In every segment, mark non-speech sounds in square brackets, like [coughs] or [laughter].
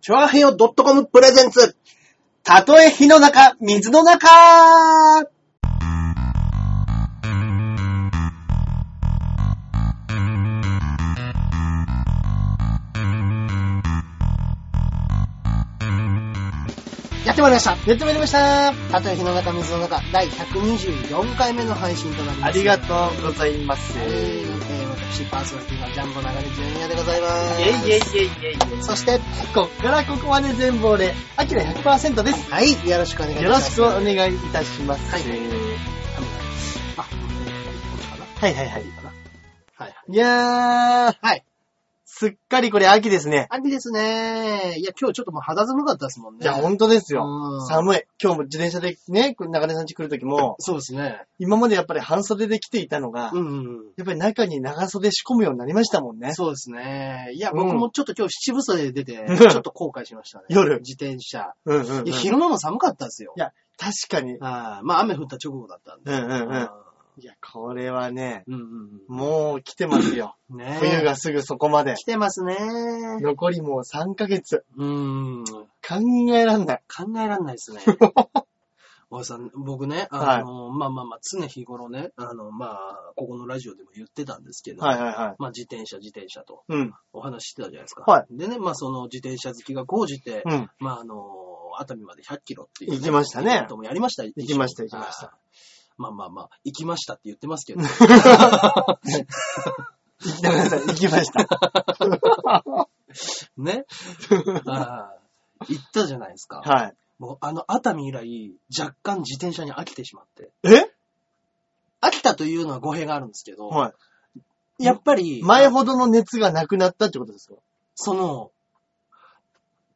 チョアヘヨ .com プレゼンツ。たとえ火の中、水の中やってまいりました。やってまいりました。たとえ火の中、水の中、第124回目の配信となります。ありがとうございます。えイーえー私、パーソナリティのジャンボ流れジュニアでございまェす。イイェイイェイイェイイェイ。そして、こっからここまで全部俺、アキラ100%です。はい、よろしくお願いしよろましす。くおしく願いいたします。はいえーあ、はいはいはい。はいはい。いやー、はい。すっかりこれ秋ですね。秋ですね。いや、今日ちょっともう肌寒かったですもんね。いや、ほんとですよ。うん寒い。今日も自転車でね、中根さん家来るときも、そうですね。今までやっぱり半袖で来ていたのが、うんうんやっぱり中に長袖仕込むようになりましたもんうん。ね。そうですね。いや、うん僕もちょっと今日七分袖で出て、うんちょっと後悔しましたね。 [laughs] 夜自転車。うんうん、うん。いや、確昼間も寒かったですよい。やかに。はいまあ、雨降った直後だったんで。うんうんうん。ういや、これはね、んうんもう来てますよ。うん。ねえ冬。がすぐそこまで。来てますね。残りもう3ヶ月。うん。考えらんない。考えらんないです [laughs] ね。おさん、僕ね、はいあの、まあまあまあ、常日頃ね、あの、まあ、ここのラジオでも言ってたんですけど、はいはいはい。まあ、自転車、自転車とうん。お話ししてたじゃないですか。はいでね、まあ、その自転車好きが高じて、うん。まあ、あの、熱海まで100キロっていう、行きましたねイベントもやりました。行きました行きました。まあまあまあ、行きましたって言ってますけ [laughs] ど、行きました。行きま [laughs] した。ね。ああ行ったじゃないですか。はい。もう、あの、熱海以来、若干自転車に飽きてしまって。え飽きたというのは語弊があるんですけど、はやっぱり、い。前ほどの熱がなくなったってことですかその、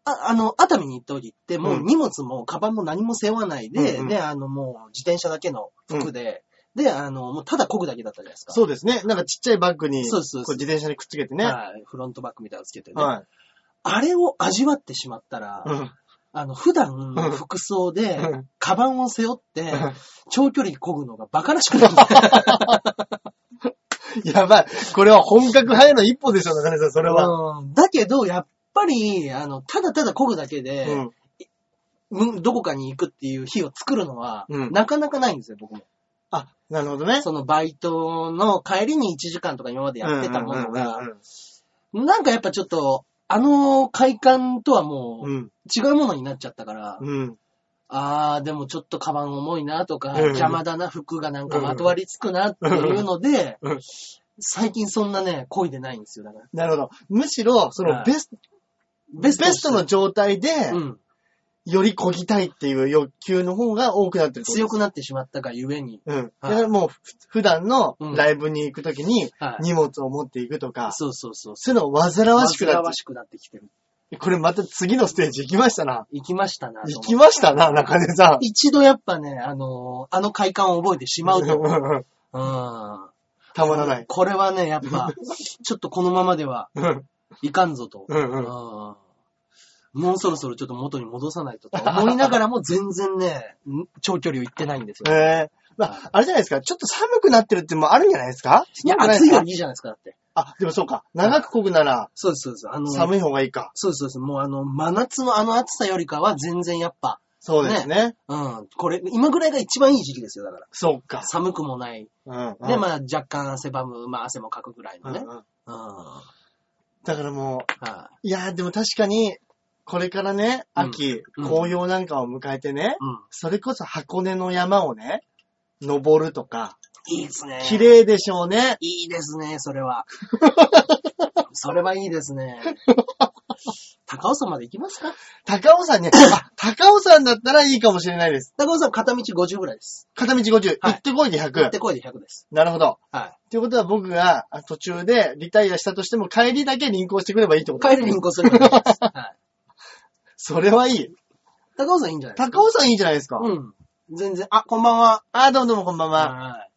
ああの、熱海に行った時って、もううん荷物も、カバンも何も背負わないで、うんうんで、あの、もう自転車だけの服で、で、あの、もうただ漕ぐだけだったじゃないですか。そうですね。なんかちっちゃいバッグに、そうですそうですこう自転車にくっつけうてね。ははい。フロントバッグみたいなのつけてい。ね。あれを味わってしまったら、うんあの、普段、服装でうん、 [laughs] カバンを背負ってうん、長距離漕ぐのがバカらしくなるんだよ。やばい。これは本格派への一歩でしょ、中根さん、それは。うんだけど、やっぱり、あの、ただただ漕ぐだけで、うん。むどこかに行くっていう日を作るのは、うんなかなかないんですよ、僕も。あ、なるほどね。そのバイトの帰りに1時間とか今までやってたものがうんうん、うんなんかやっぱちょっと、あの快感とはもううん。違うものになっちゃったから、うん。あー、でもちょっとカバン重いなとか、うん邪魔だな、服がなんかまとわりつくなっていうので、うん最近そんなね、恋でないんですよ、だから。なるほど。むしろ、そはのいベスト、ベベストの状態で、うん、よりこぎたいっていう欲求の方が多くなってるってことです強くなってしまったがゆえに、うん。はだいからもう、ふ普段のうんライブに行くときに、はい。荷物を持っていくとか、そうそうそう。そういうのを煩わしくな煩っわしくなってきてる。て、これまた次のステージ行きましたな。行きましたなと思って。行きましたな、中根さん。一度やっぱね、あのーあの快感を覚えてしま [laughs] うと。 [laughs] うん。たま [laughs] らない。これはね、やっ [laughs] ぱ、ちょっとこのままではうん。いかんぞと。うんううんん。もうそろそろちょっと元に戻さないとと思いながら [laughs] も全然ね、ん長距離を行ってないんですよ。ええまあ、あれじゃないですか。ちょっと寒くなってるっていうのもあるんじゃないですかいや、寒くな暑いですかよりいいじゃないですか、だって。あ、でもそうか。長くこぐなら、そうです、そうです。あの、寒い方がいいか。そうです、そうです。もうあの、真夏のあの暑さよりかは全然やっぱ、そうですね。うん、これ、今ぐらいが一番いい時期ですよ、だから。そうか。寒くもない。うん。で、まあ、若干汗ばむ、まあ、汗もかくぐらいのうんうね。んうん。はだからもう、い。いやーでも確かに、これからね、秋、うん紅葉なんかを迎えてね、うん。それこそ箱根の山をね、登るとか、いいですね。綺麗でしょうね。いいですね、それは。 [laughs] それはいいですね。高尾山まで行きますか高尾 [coughs] 山ね、あ、高尾山だったらいいかもしれないです。高尾山片道50ぐらいです。片道50、はい行ってこいで行っ100。てこいで100です。なるほど。はということは僕があ途中でリタイアしたとしても帰りだけ輪行してくればいいってこい。と帰りに行こうすればいいです。はい。それはいい。高尾山いいんじゃないですか高尾山いいじゃないですか。尾うん。全然、あ、こんばんは。あー、どうもどうもこんばんは。はい。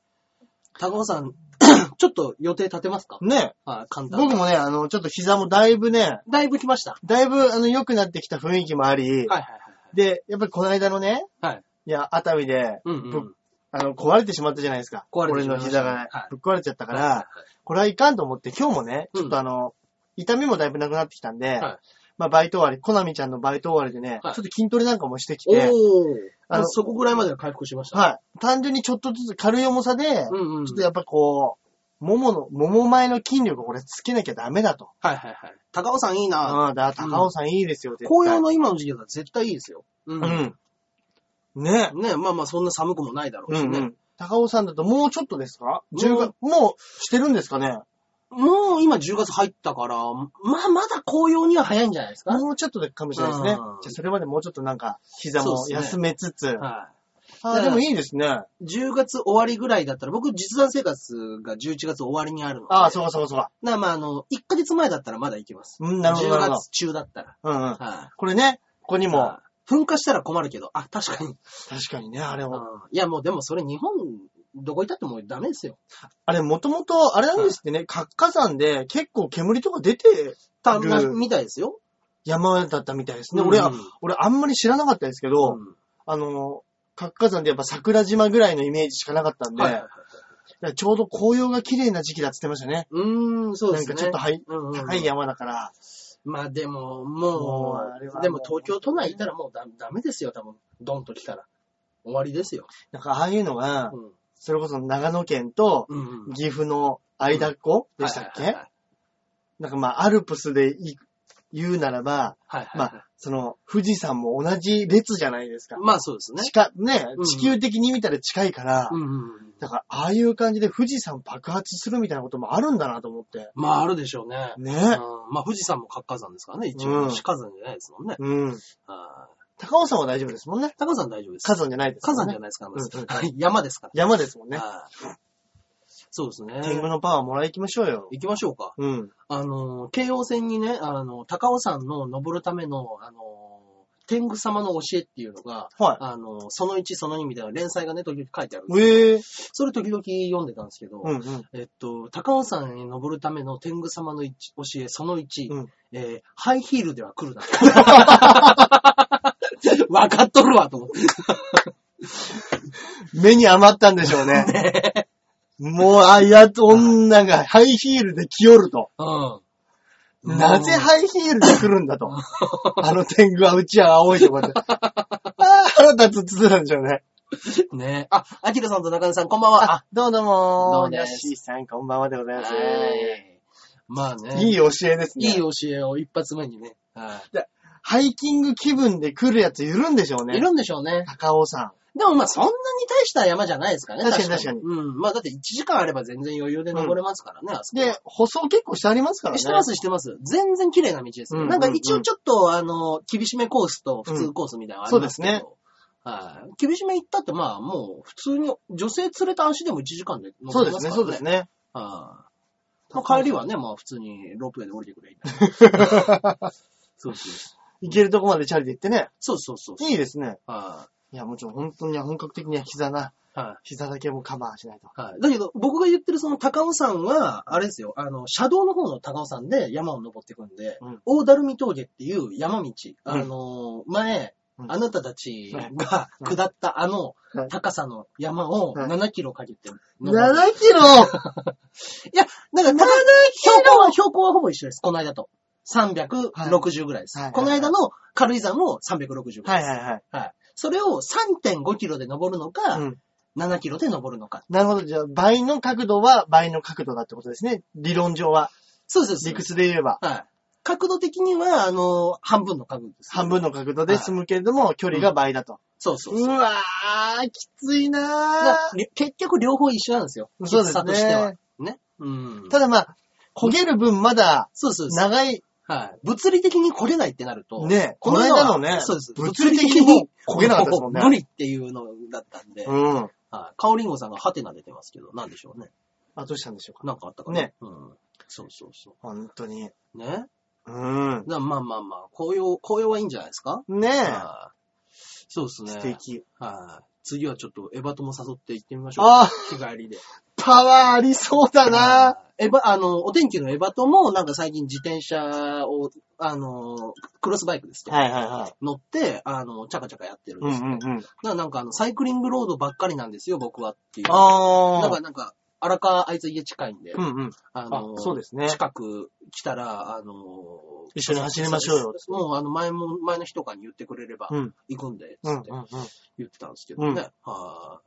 高尾山、 [coughs] ちょっと予定立てますかね、はい、簡単。僕もね、あの、ちょっと膝もだいぶね、だいぶ来ました。はだいぶ、あの、良くなってきた雰囲気もありい、はいはいで、やっぱりこの間のね、はい。はい。いや、熱海で、うんうぶん。あの、壊れてしまったじゃないですか。壊れてしまいました俺の膝がはいぶっ壊れちゃったから、はこれはいかんと思って、今日もね、うんちょっとあの、痛みもだいぶなくなってきたんで、はまあ、バイト終わり、コナミちゃんのバイト終わりでね、はいちょっと筋トレなんかもしてきおて、ー。あのそこぐらいまでは回復しました。はい。単純にちょっとずつ軽い重さで、ちょうんうん。っとやっぱこう、ももの、もも前の筋力をこれつけなきゃダメだと。はいはいはい。高尾山いいな。ああ、だ、高尾さんいいですよ、絶対。紅葉の今の時期だったら絶対いいですよ。う。うんん。ねねまあまあそんな寒くもないだろううしんうね。ん。高尾さんだともうちょっとですかうん ?10 月、もうしてるんですかねもう今10月入ったから、まあまだ紅葉には早いんじゃないですか。もうちょっとかもしれないですね。うんじゃあそれまでもうちょっとなんか、膝も休めつつ。はああ、でもいいですね。あい。10月終わりぐらいだったら、僕実弾生活が11月終わりにあるので。あ、そうかそうかそうか。な、まあ、あの、1ヶ月前だったらまだ行けます。うん、なるほど、な10るほ月中だったら。ど。うんうん。はこれね、ここにい。も、う。噴火したら困るけど、あ、確かに。確かにね、あれうも、んいや、もうでもそれ日本、どこ行ったってもうダメですよ。あれもともと、あれなんですってね、活火山で結構煙とか出てた、うんなみたいですよ。山だったみたいですね。うん俺は、俺あんまり知らなかったですけうど、んあの、活火山でやっぱ桜島ぐらいのイメージしかなかったんで、はいはいはいいやちょうど紅葉が綺麗な時期だって言ってましたね。うーん、そうですね。なんかちょっとはいうんうんうん高い山だから。まあでも、ももうあれはう、もうでも東京都内いたらもうダダメですよ、多分。ドンと来たら。終わりですよ。なんかああいうのが、うん。それこそ長野県とうんうん。岐阜の間っこでしたっはいけはいなんかまあアルプスでい言うならば、はい。まあその富士山も同じ列じゃないですか。まあそうですね。近、ねうん、地球的に見たら近いから、うんうんうん。だからああいう感じで富士山爆発するみたいなこともあるんだなと思って。まああるでしょうね。うね。んまあ富士山も活火山ですからね、一う応。ん死火山じゃないですもんね。うん。あー高尾さんは大丈夫ですもんね。高山大丈夫です。火山じゃないです火から山ね、じゃないですから、う山ですから。山ですもんね。はいそうですね。天狗のパワーもらいきましょうよ。行きましょうか。うん。あの、京王線にね、あの、高尾山の登るための、あの、天狗様の教えっていうのが、はあの、その1その2みたいな連載がね、時々書いてあるんい。ですええそれ時々読んでたんですけど、うんうん。えっと、高尾山に登るための天狗様の一教え、その1、うんえーハイヒールでは来るな。 [laughs] わかっとるわ、と思って。目に余ったんでしょ [laughs] うね。もう、あやつ女がハイヒールで来よると。うん。なぜハイヒールで来るんだ [laughs] と。あの天狗はうちは青いとこで。ああ、腹立つつつなんでしょうね。ねあ、アキラさんと中根さん、こんばんは。あ、どうもどうもどうもですよしさん、こんばんはでございます。はい。まあね。いい教えですね。いい教えを一発目にね。はハイキング気分で来るやついるんでしょうい。いね。るんでしょうね。高尾さでもまあそんなに大した山じゃないですからね。確かに確かにうん。まあだって1時間あれば全然余裕で登れますからね、あそん。こはで、舗装結構してありますからね。してます、してます。全然綺麗な道ですね。うんなんか一応ちょっと、あの、厳しめコースと普通コースみたいなのありますけど。うんそうですはい。厳しめ行ったって、まあ、もう、普通に、女性連れた足でも1時間でそ登うでれますすね、からね。そうですね。ね。まあ、帰りはね、まあ、普通にロープウェイで降りてくればいいんだ。 [laughs] そうそう。行けるとこまでチャリで行ってね。そうそうそう。いいですね。はいや、もちろん本当に本格的には膝な、い。はい。膝だけもうカバーしないと。はい。だけど、僕が言ってるその高尾山は、あれですよ、あの、車道の方の高尾山で山を登っていくんで、うん大だるみ峠っていう山道、あの、前、うんあなたたちがうん下ったあのはい高さの山をはい7キロかけて登る。 7キロなんか、標高は、標高はほぼ一緒です、この間と。360ぐらいです。はいはいこの間の軽井沢も360ぐらいはでいす。はいはい。はいそれを3.5キロで登るのか、うん7キロで登るのか。なるほど。じゃあ、倍の角度は倍の角度だってことですね。理論上は。そうです。そう理です屈で言えば。はい。角度的には、あの、半分の角度です、半分の角度で済むけれども、距離が倍だと。そうそううそう。わー、きついなだー。り結局両方一緒なんですよ。そうきつですさとしてはね。。ね。うん。ただまあ、焦げる分まだそうそうそう。長い、はい。物理的に来れないってなると。ね、ここのの間間はのね、そうです物理的にもう焦げなかったですもんねもう。無理っていうのだったんで。はい。うん。カオリンゴさんがハテナ出てますけど、なんでしょうね。あ、どうしたんでしょうか。なんかあったかな。ね。うん。そうそうそ本当に。う。ね。だかうん。らまあまあまあ、紅葉、紅葉はいいんじゃないですかねええ。そうですね。素敵。はい。次はちょっとエヴァとも誘って行ってみましょう。あ日帰りで。パワーありそうだな。エヴァ、あの、お天気のエヴァとも、なんか最近自転車を、あの、クロスバイクですけど、はいはいはい。乗って、あの、チャカチャカやってるんでうんす。だかうんうん。らなんかあの、サイクリングロードばっかりなんですよ、僕はっていう。なんあか、あ。なんか、荒川、あいつ家近いんで、うんうん。ああ、そうですね。近く来たら、あのー、一緒に走りましょうよそうですもう、あの、前も、前の日とかに言ってくれれば、うん。行くんで、うつんってうん言ってたんですけどね。うんは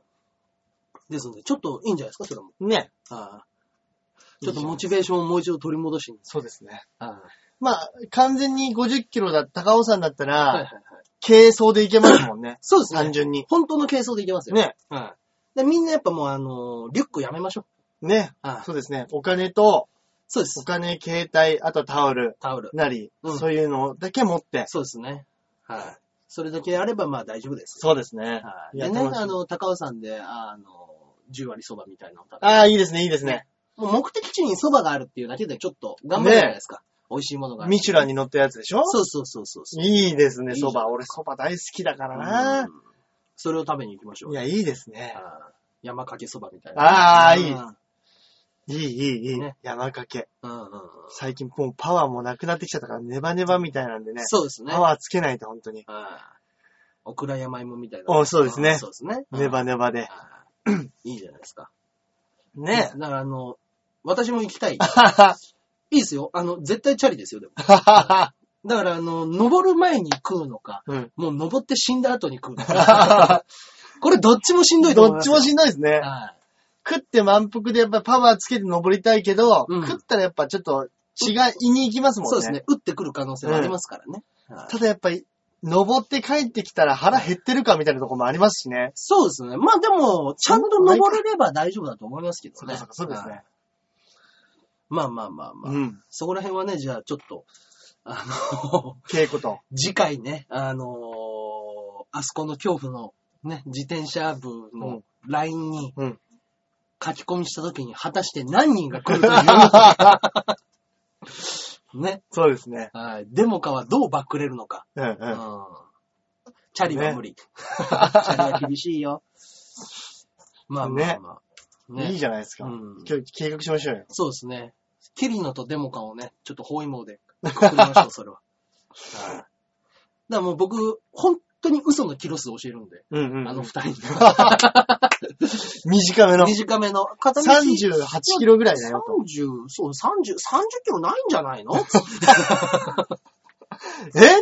い。ですので、ちょっといいんじゃないですか、それも。うん。ね。はい。ちょっとモチベーションをもう一度取り戻しに。そうですね。はまあ、完全に50キロだ、高尾山だったいはいはい。ら、。軽装で行けますもん [laughs] ねそうですね。単純に。本当の軽装でいけますよ。。ね。はい。で、みんなやっぱもう、あのー、リュックやめましょう。ね。はい。そうですね。お金と、そうでおす。金、携帯、あとタオルタオル。なり、うんそういうのだけ持って。そうですね。はい。それだけあれば、まあ大丈夫です。そうですね。はい。いやでね、楽しいあの、高尾山で、あの、10割蕎麦みたいなのを食べああ、いいですね、いいですね。もう目的地に蕎麦があるっていうだけでちょっと頑張るじゃないですか。美味しいものがある。ミシュランに。に乗ったやつでしょそうそうそうそうそう。いいですね、いいじゃん蕎麦。俺蕎麦大好きだからう。なんそれを食べに行きましょう。いや、いいですね。はい山かけ蕎麦みたいな。ああうんいいいい、いい、いいね。山かけ。うんうんうん。最近もうパワーもなくなってきちゃったから、ネバネバみたいなんでね。そうですね。パワーつけないと、本当に。はいオクラ山芋みたいな。おそうですねそうですね。ネバね。ネバで。いいじゃないですか。 [clears throat] ね。だからあの、私も行きたい。いはは。いですよ。あの、絶対チャリですよ、でも。ははだからあの、登る前に食うのか、うん [laughs] もう登って死んだ後に食うのは [laughs] か。これどっちもしんどいと思いどまっすちよ。もしんどいですね。はい。食って満腹でやっぱパワーつけて登りたいけど、うん食ったらやっぱちょっと血が胃に行きますもんね。そうですね。打ってくる可能性もありますからね。はいただやっぱり、登って帰ってきたら腹減ってるかみたいなとこもありますしね。そうですね。まあでも、ちゃんと登れれば大丈夫だと思いますけどね。かかはい。まあまあまあまあ。うん。そこら辺はね、じゃあちょっと、あの、 [laughs] 稽古と。次回ね、あのーあそこの恐怖のね、自転車部うのん LINE にうん書き込みした時に果たして何人が来るか [laughs] いう。ね。そうですね。はい。デモカはどうバックれるのか。うんううんん。。チャリは無理。チャリは厳しいよ。まあまあ [laughs] まあ。いいじゃないですか。うん今日計画しましょうよ。そうですね。キリノとデモカをね、ちょっと包囲網で送りま [laughs] しょう、それは。はい。だからもう僕、本当に嘘のキロ数教えるんで、うんうん。あの二人に。短めの。短めの。片道38キロぐらいだよと。 30、そう、30、30キロないんじゃ [laughs] ないのえっ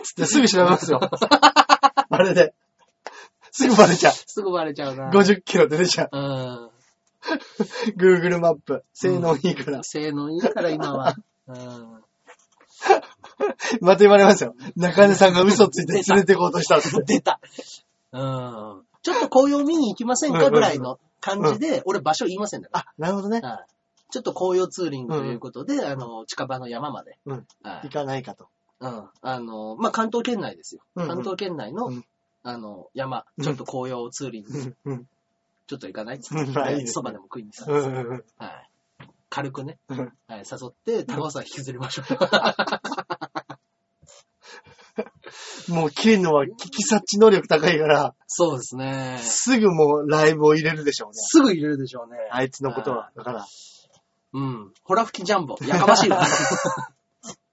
つってすぐ調べます [laughs] よ。あれで。すぐバレちゃすぐバレちゃうな。う。50キロって出ちゃう。うん。 Google マップ。性能いいから。性能いいから今 [laughs] は。うん。また言われますよ。中根さんが嘘ついて連れてこうとしたって。出た。うん。ちょっと紅葉見に行きませんかぐらいの感じで、俺場所言いませんだから。あ、なるほどね。はいちょっと紅葉ツーリングということで、あの、近場の山まで。うんは行い。かないかと。うん。あの、まあ、関東圏内ですよ。うんうん関東圏内の、うんあの、山、うんちょっと紅葉ツーリング、うんうん。ちょっと行かないっつうんまあいいですねそばでも食いにさ。うんうんうん。はい。軽くね、うんはい、誘って、高尾山引きずりましょう。 [laughs] もう、キリノは聞き察知能力高いから、そうですね。すぐもうライブを入れるでしょうね。すぐ入れるでしょうね。あいつのことは。だから、うん。ホラ吹きジャンボ。やかまし [laughs] いわ。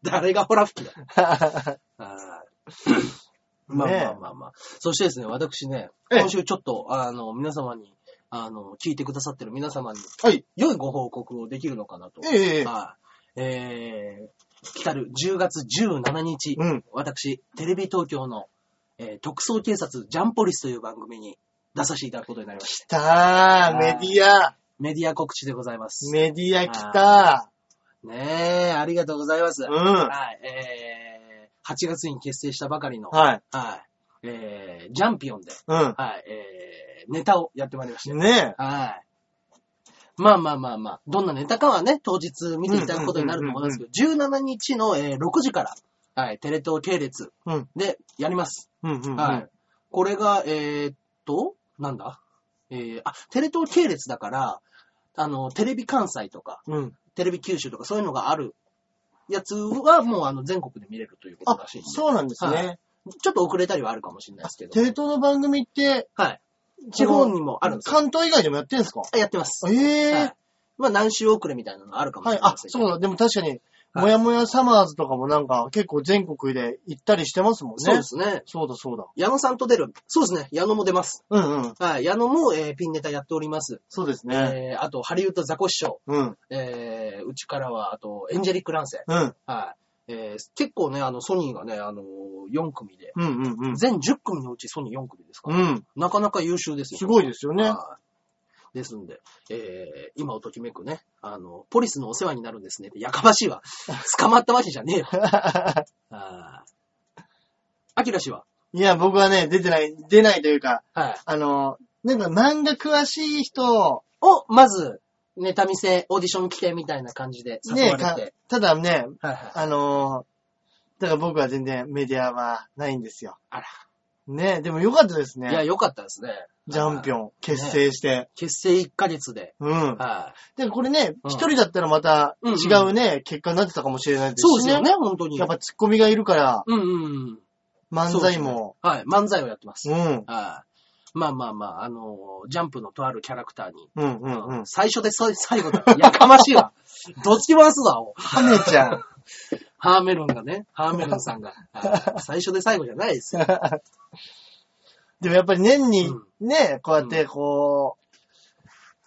誰がホラ吹きだ。はいまあまあまあまあ。そしてですね、私ね、ええ今週ちょっと、あの、皆様に、あの、聞いてくださってる皆様に、はい。良いご報告をできるのかなと。ええはい。えー、来たる10月17日、うん。私、テレビ東京の、えー特捜警察ジャンポリスという番組に出させていただくことになりました。来たー、メディア。メディア告知でございます。ねメディア来たえ、ありがとうございます。ー。うん。はい、えー、8月に結成したばかりの、はい。はい、えー、ジャンピオンで、うはい、えー、ネタをやってまいりました。ん。ねはい。まあまあまあまあ、どんなネタかはね、当日見ていただくことになると思いますけど、17日の、えー6時から、はい、テレ東系列え。うん。でやります。うんうんうん。はい。これが、えーっと、なんだえー、あ、テレ東系列だから、あの、テレビ関西とか、うん。テレビ九州とかそういうのがあるやつはもうあの全国で見れるということあらしいん、で、そうなんですはね。ちょっと遅れたりはあるかもしれないですけテレど、東の番組って、はい。地方にもあるんですよ。関東以外でもやってんすかやってます。ええはい。まあ何週遅れみたいなのあるかもしはいれ。ないあで、すけど、そうだ。でも確かに、はいもやもやサマーズとかもなんか結構全国で行ったりしてますもんね。そうで。すね。そうだそうだ。矢野さんと出る。そうですね。矢野も出ます。うんうん。はい。矢野も、えーピンネタやっております。そうですね。えー、あと、ハリウッドザコシショウ。うん。えー、うちからは、あと、エンジェリック・ランセ。うん。はい。えー、結構ね、あの、ソニーがね、あの4組で、うんうんうん。全10組のうちソニー4組ですから、うん。なかなか優秀ですよ。すごいですよはね。い。ですんで、えー、今をときめくね、あの、ポリスのお世話になるんですねって。やかましい [laughs] わ。捕まったわけじゃねえよ。あーアキラ氏は、いや、僕はね、出てない、出ないというか、はい。あの、なんか漫画詳しい人、を、まず、ネタ見せ、オーディション来てみたいな感じで誘ねわれて。かただね、はいはい。あの、だから僕は全然メディアはないんですよ。あら。ね、でもよかったですいや、ね。良かったですね。ジャンピオン結成して。結成1ヶ月で。うん。はい。で、これね、うん一人だったらまたうんうん違うね、結果になってたかもしれないですしそうですよ。ね、本当に。やっぱツッコミがいるから、うんうんうん。漫才も。はい、漫才をやってます。うん。はい。まあまあまあ、あのー、ジャンプのとあるキャラクターに、うんうんうん。最初でさ最後だ。やかまし [laughs] いわ。どっち回すわ、おハネちゃん。 [laughs] ハーメロンがね、ハーメロンさんが。はい最初で最後じゃないですよ。でもやっぱり年にね、こうやっうてこ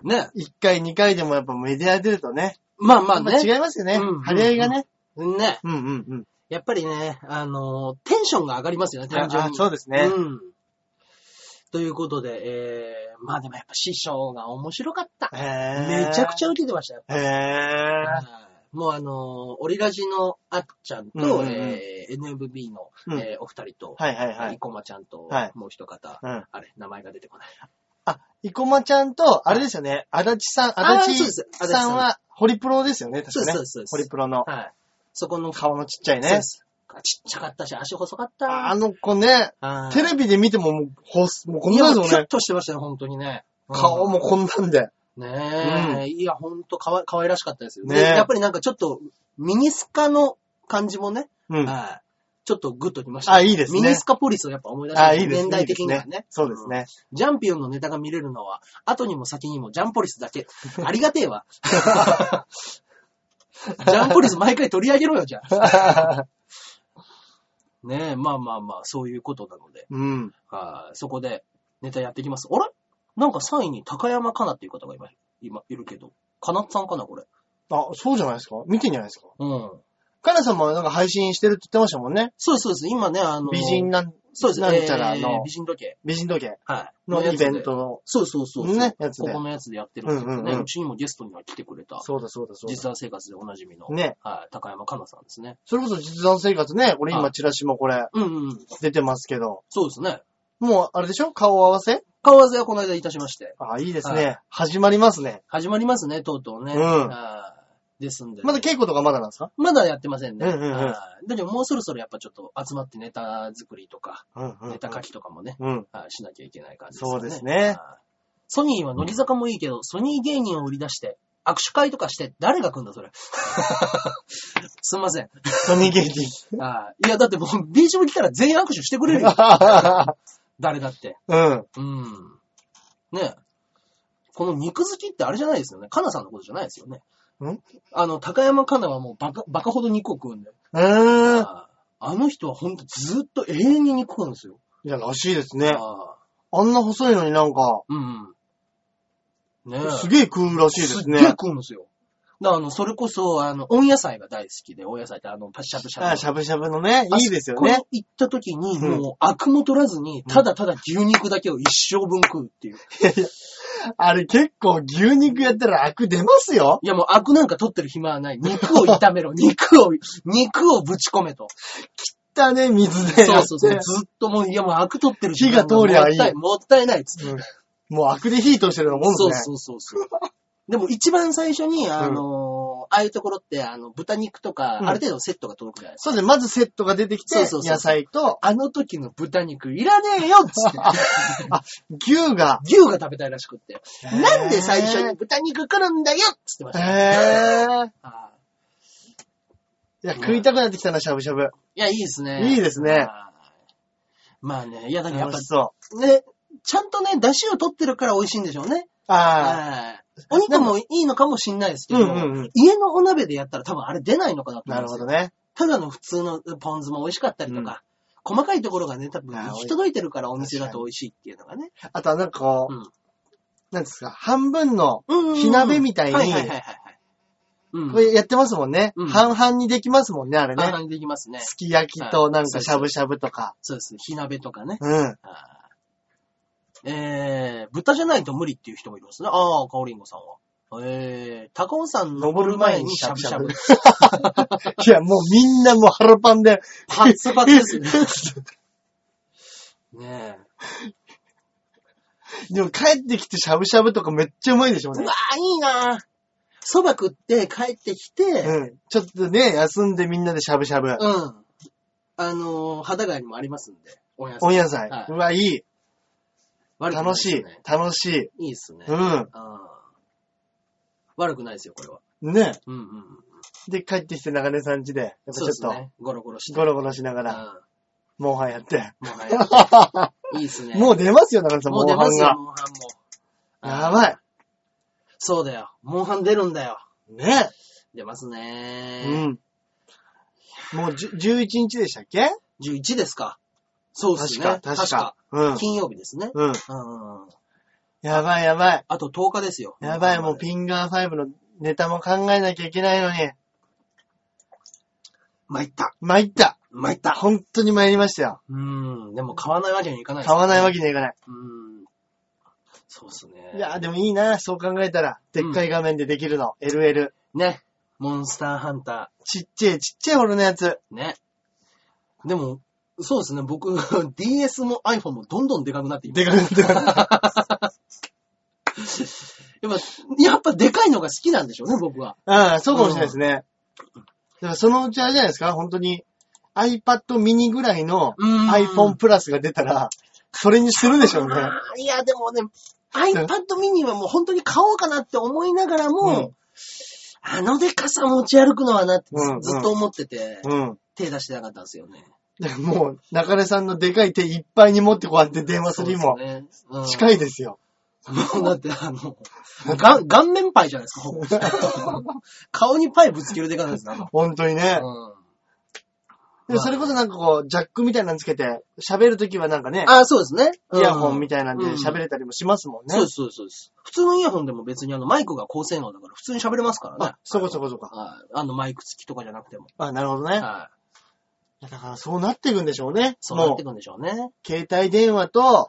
ね。う、1回2回でもやっぱメディア出るとね、まあまあやっぱね。違いますよねうん。張り合いがね。ね。うんうんうん。やっぱりね、あのー、テンションが上がりますよね、単純あに。そうですね。うん。ということで、えー、まあでもやっぱ師匠が面白かった。めちゃくちゃ。ゃ受けてましたよ。へぇもうあのーオリラジのあっちゃんと、うんうんうんえー NMB の、うんえーお二人と、はいはいはい生。駒ちゃんと、はいもう一方、うん。あれ、名前が出てこない。生駒ちゃんと、あれですよね、足立さん、あー足そうです立さんは、ホリプロですよね、確そかうねで。すそうですホリプロのはい。そこの顔のちっちゃいそうねで。すちっちゃかったし、足細かっあた。の子ね、あテレビで見てももう、ほす、もうこんいや、なんもでうすキよュッね。としてましたよ、本当にね。うん顔もこんなんで。ねえ、いや、ほんとかわ、かわいらしかったですよね。ねえやっぱりなんかちょっと、ミニスカの感じもね、うん。あはい。ちょっとグッときました。あいいですねミニスカポリスをやっぱ思い出しあた。ー、いいですね。年代的にいはいですね。そうですね。ジャンピオンのネタが見れるのは、後にも先にもジャンポリスだけ。ありがてえ [laughs] わ。ジャンポリス毎回取り上げろよ、じゃあ。ねえ、まあまあまあ、そういうことなので、うん。はいそこでネタやっていきます。あれなんか3位に高山かなっていう方が今、今いるけど。かなっさんかな、これ。あ、そうじゃないですか見てんじゃないですかうん。カナさんもなんか配信してるって言ってましたもんね。そうです、そうです。今ね、あの、美人なん、そうです、なんちゃらえーの美人時計。美人時計はい。のやイつでベントの。そうそうそうそう。ねやつでここのやつでやってるんですけどね、ううんうんうんちにもゲストには来てくれた、そうだそうだそう実だ。際生活でおなじみの、ね。はい、高山かなさんですね。それこそ実弾生活ね。俺は今いチラシもこれうんうん。出てますけど。そうですね。もうあれでしょ顔合わせ顔合わせはこの間いたしまして、あ、いいですはね。始まりますね。始まりますね、とうとうね。うんはいですんで、まだ稽古とかまだなんですかまだやってませんね。うんうんうんはいだけどもうそろそろやっぱちょっと集まってネタ作りとか、うんネタ書きとかもね、うん。はいしなきゃいけない感じですね。そうですねはい。ソニーは乃木坂もいいけど、ソニー芸人を売り出して、握手会とかして、誰が来んだ、そ [laughs] れ。すいません。ソニーゲー [laughs] ジ。はいいや、だってもう、ビーチ部来たら全員握手してくれるよ。誰だって。うん。うん。ねえ。この肉好きってあれじゃないですよね。かなさんのことじゃないですよね。んあの、高山かなはもうバカ、バカほど肉を食うんだよ。うーん。ああの人はほんとずっと永遠に肉食うんですよ。いや、らしいですね。あああんな細いのになんか、うんうん。ねえ。すげえ食うらしいですすっげえね。食うんですよ。だからあの、それこそ、あの、温野菜が大好きで、温野菜ってあの、パシャプシャあ、しゃぶしゃぶのね、いいですよこれね。行った時に、うんもう、アクも取らずに、ただただ牛肉だけを一生分食うっていう。あれ結構牛肉やったらアク出ますよ。いやもう、アクなんか取ってる暇はない。肉を炒 [laughs] めろ。肉を、肉をぶち込めと。だね、水で。そうそうそう。。ずっともう、いやもう、アク取ってる時間火が通りゃいもいったもったいないっつって。もうアクで火通してるようなもんそうですね。そうそうそう。でも一番最初に、あのーああいうところって、あの、豚肉とか、うんある程度セットが届くじゃないですか。そうですね。まずセットが出てきてそうそうそう、そう野菜とあの時の豚肉いらねえよっつ [laughs] って。牛が。牛が食べたいらしくって。なんで最初に豚肉来るんだよっつってました。[laughs] へー。あーいや、食いたくなってきたな、しゃぶしゃぶ。いや、いいですね。いいですねあー。まあね、いや、だからやっ楽しぱそう。ね、ちゃんとね、出汁を取ってるから美味しいんでしょうね。ああ。はいお肉もいいのかもしんないですけうど、んうんうん。家のお鍋でやったら多分あれ出ないのかなと思なうんるですよ。ほどね。ただの普通のポン酢も美味しかったりとか、細かいところがね、多分行き届いてるからお店だと美味しいっていうのがね。あとはなんかこう、うんなんですか、半分の、うんうんうん火鍋みたいにはいはいはいはいはい。うん。これやってますもんね。うん半々にできますもんね、あれ簡ね。単にできますね。すき焼きとなんかしゃぶしゃぶとか。そうですね。火鍋とかね。うん。あーえー、豚じゃないと無理っていう人もいますね。ああ、カオリンゴさんは。えー、タコンさん登る前にしゃぶしゃぶ。いや、もうみんなもう腹パンで、パツパツですね。 [laughs] ねえ。でも帰ってきてしゃぶしゃぶとかめっちゃうまいでしょううねわ。ーいいなー蕎麦食って帰ってきて、うん。ちょっとね、休んでみんなでしゃぶしゃぶ。うん。あのー、肌がにもありますんで、お野温菜。野菜はい。うわ、いい。悪くないで楽すしいよね。楽しい。いいっすね。うん。あー悪くないですよ、これは。ね。うんうんうん。で、帰ってきて長根さん家で、やっぱちそょうっですと、ね。ゴロゴロして。ゴロゴロしながら、モンハンやって。うん。もう早 [laughs] い。いいっすね。もう出ますよ、長根さん、もモうン出ハまンすよ、が。モンハンも。やばい。そうだよ。モンハン出るんだよ。ね。出ますねう。ん。もうじゅ11日でしたっけ11ですか。そうです確ね。か、確か。うん。金曜日ですね。うん。うん。やばいやばい。あと10日ですよ。やばい、もうピンガー5のネタも考えなきゃいけないのに。参った。参った。参った。本当に参りましたよ。うん。でも買わないわけにはいかないです買ねわないわけにはいかない。うん。そうですね。いや、でもいいな、そう考えたら。でっかい画面でできるの。LL。ね。モンスターハンタちっちゃい、ちっちゃい俺のやつ。ー。ね。でも、そうですね。僕、DS [laughs] も iPhone もどんどんでかくなっていますでかくなってますやっぱ、やっぱでかいのが好きなんでしょうね、僕は。 [laughs] うん、そうかもしれないですね。だからそのうちあれじゃないですか、本当に iPad mini ぐらいのうん iPhone プラスが出たら、それにするでしょうね。あ [laughs] ーいや、でもね、iPad mini はもう本当に買おうかなって思いながらも、うんあのでかさ持ち歩くのはなってず,、うんうんっと思ってて、うん。手出してなかったんですよね。だからもう、中根さんのでかい手いっぱいに持ってこうやって電話するも、近い。いですよ。 [laughs] もうだって、あの、が顔面パイじゃないですか、ほ [laughs] ぼ顔にパイぶつけるでかさですね。あの本当にね。うんでもそれこそなんかこう、ジャックみたいなのつけて、喋るときはなんかね、あー、そうですね。イヤホンみたいたいなんでうん喋れたりもしますもんね。そうです、そうです、そうです。普通のイヤホンでも別にあのマイクが高性能だから普通に喋れますからねあ。、そこそこそこ。はいあのマイク付きとかじゃなくても。あ、なるほどね。はいだからそうなっていくんでしょうね。そうなっもてう、くんでしょうね。携帯電話とは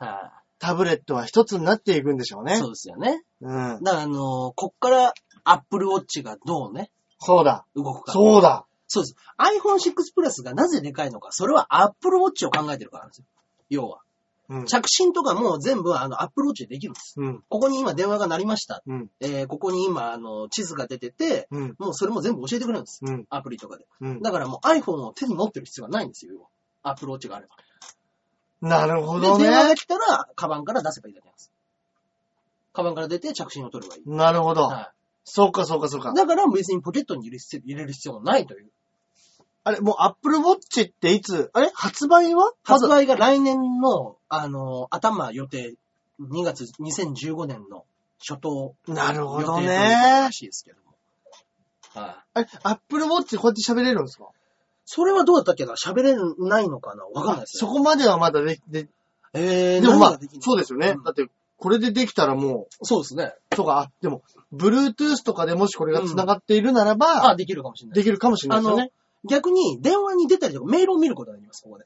タブレットは一つになっていくんでしょうい。ねそ。うですよね。うん。だから、あのーこっからアップルウォッチがどうね、そうだ。動くか。う。そうだ。そうです。iPhone6 プラスがなぜでかいのか、それはアップルウォッチを考えてるからなんですよ。要は。うん。着信とかも全部あのアップルウォッチでできるんです。うん。ここに今電話が鳴りました。うん。えー、ここに今、あの、地図が出てて、うん。もうそれも全部教えてくれるんです。うん。アプリとかで。うん。だからもう iPhone を手に持ってる必要がないんですよ、要はアップルウォッチがあれば。なるほで、ど電話ねが。来たら、カバンから出せばいいだけなんです。カバンから出て着信を取ればいい。なるほど。はいそうか、そうか、そうか。だから別にポケットに入れる必要入れる必要もないという。あれ、もう Apple Watch っていつ、あれ発売はまだ発売が来年の、あの、頭予定、2月2015年の初頭なる予ほ定どというねら。しいですけども。はい。あれ、Apple Watch こうやって喋れるんですかそれはどうだったっけな喋れないのかなわかんないですそね。こまではまだできて、えー、でもま何があできん、のそうですよねうん。だって、これでできたらもそうですね。う、そうか、あ、でも、Bluetooth とかでもしこれが繋がっているならば、あ、できるかもしれない。できるかもしれないですよね。逆に、電話に出たりとか、メールを見ることができます、ここで。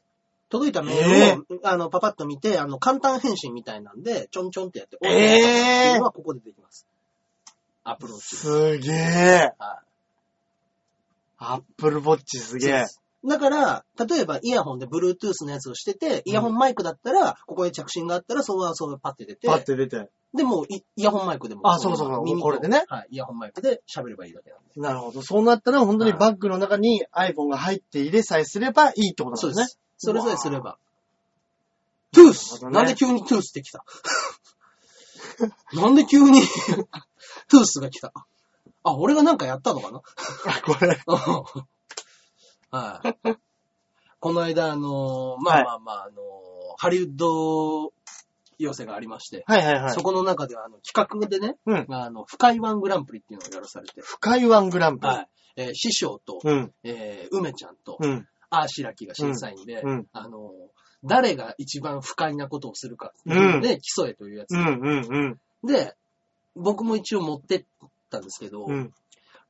届いたメールを、あの、パパッと見て、あの、簡単返信みたいなんで、ちょんちょんってやって、えーっていうのはここでできます。アプローチ。すげえ。はい Apple Watch すげえ。だから、例えばイヤホンで Bluetooth のやつをしてて、イヤホンマイクだったら、ここに着信があったら、そのままそのパッて出てパ、ッて出て。で、もうイイヤホンマイクでも、あそうそうそう耳とこれでねはい、イヤホンマイクで喋ればいいだけなんで。なるほど。そうなったら本当にはいバッグの中に iPhone が入って入れさえすればいいってことそなうんでですね。す。それぞれすれば。トゥーなるスほどねなんで急にトゥースって来た [laughs] なんで急に [laughs] トゥースが来たあ、俺がなんかやったのかな [laughs] あ、これ。はい。この間、あのーまあまあまあ、あのーハリウッド寄せがありまして、はいはいはいそ。この中では、あの、企画でね、うん。あの、深いワングランプリっていうのをやらされて、深いワングランプリ。はい。えー師匠と、うん。えー梅ちゃんと、うん。あーしらきが審査員で、うん。あの、誰が一番不快なことをするかっていうので、競えというやつう。ん。うん。で、僕も一応持ってったんですけど、うん。うん。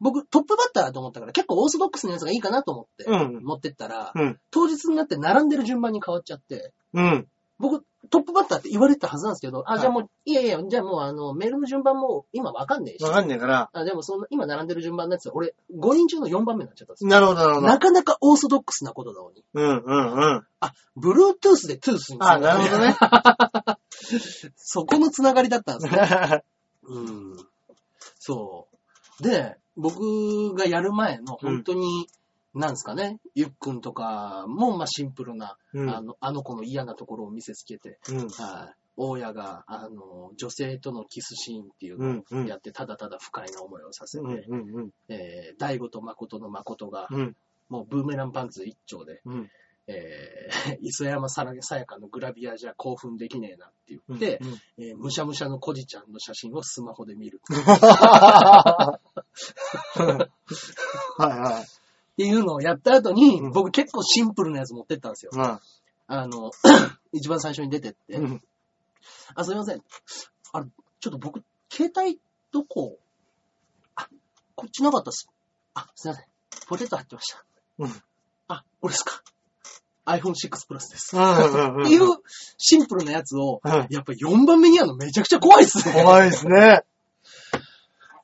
僕トップバッターだと思ったから結構オーソドックスなやつがいいかなと思って、うん持ってったら、うん。当日になって並んでる順番に変わっちゃって、うん。僕トップバッターって言われてたはずなんですけど、はあ、いじゃあもう、い、やいや、じゃあもうあの、メールの順番もう今わかんねえし、わかんねえから。あでもその今並んでる順番のやつは俺5人中の4番目になっちゃったんですよ。なるほど、なるほどな。かなかオーソドックスなことなのに。うん、うん、うん。あ、ブルートゥースでトゥースにあ、なるほどね。そこのつながりだったんですね。うん。そう。で、僕がやる前の本当に、なんですかね、ゆっくんとかも、まあシンプルな、 [laughs] うんあの、あの子の嫌なところを見せつけて、うん。はい。大家が、あの、女性とのキスシーンっていううのん、うをん。やって、ただただ不快な思いをさせて、うん、うん、えー、大悟と誠の誠が、うん。もうブーメランパンツ一丁で、うん。えー、 [laughs] 磯山さらさやかのグラビアじゃ興奮できねえなって言って、うん、えーむしゃむしゃのコジちゃんの写真をスマホで見る。はいはっていうのをやった後に、うん僕結構シンプルなやつ持ってったんですよい。。まあの、 [laughs] 一番最初に出てって、あ、うん。あ、すいません。あれ、ちょっと僕、携帯どこあ、こっちなかったっす。あ、すいません。ポテト入ってました。うん。あ、これですか。iPhone6 プラスです。うん、っていうシンプルなやつを、うんやっぱ4番目にやるのめちゃくちゃ怖いっすね。怖いですね。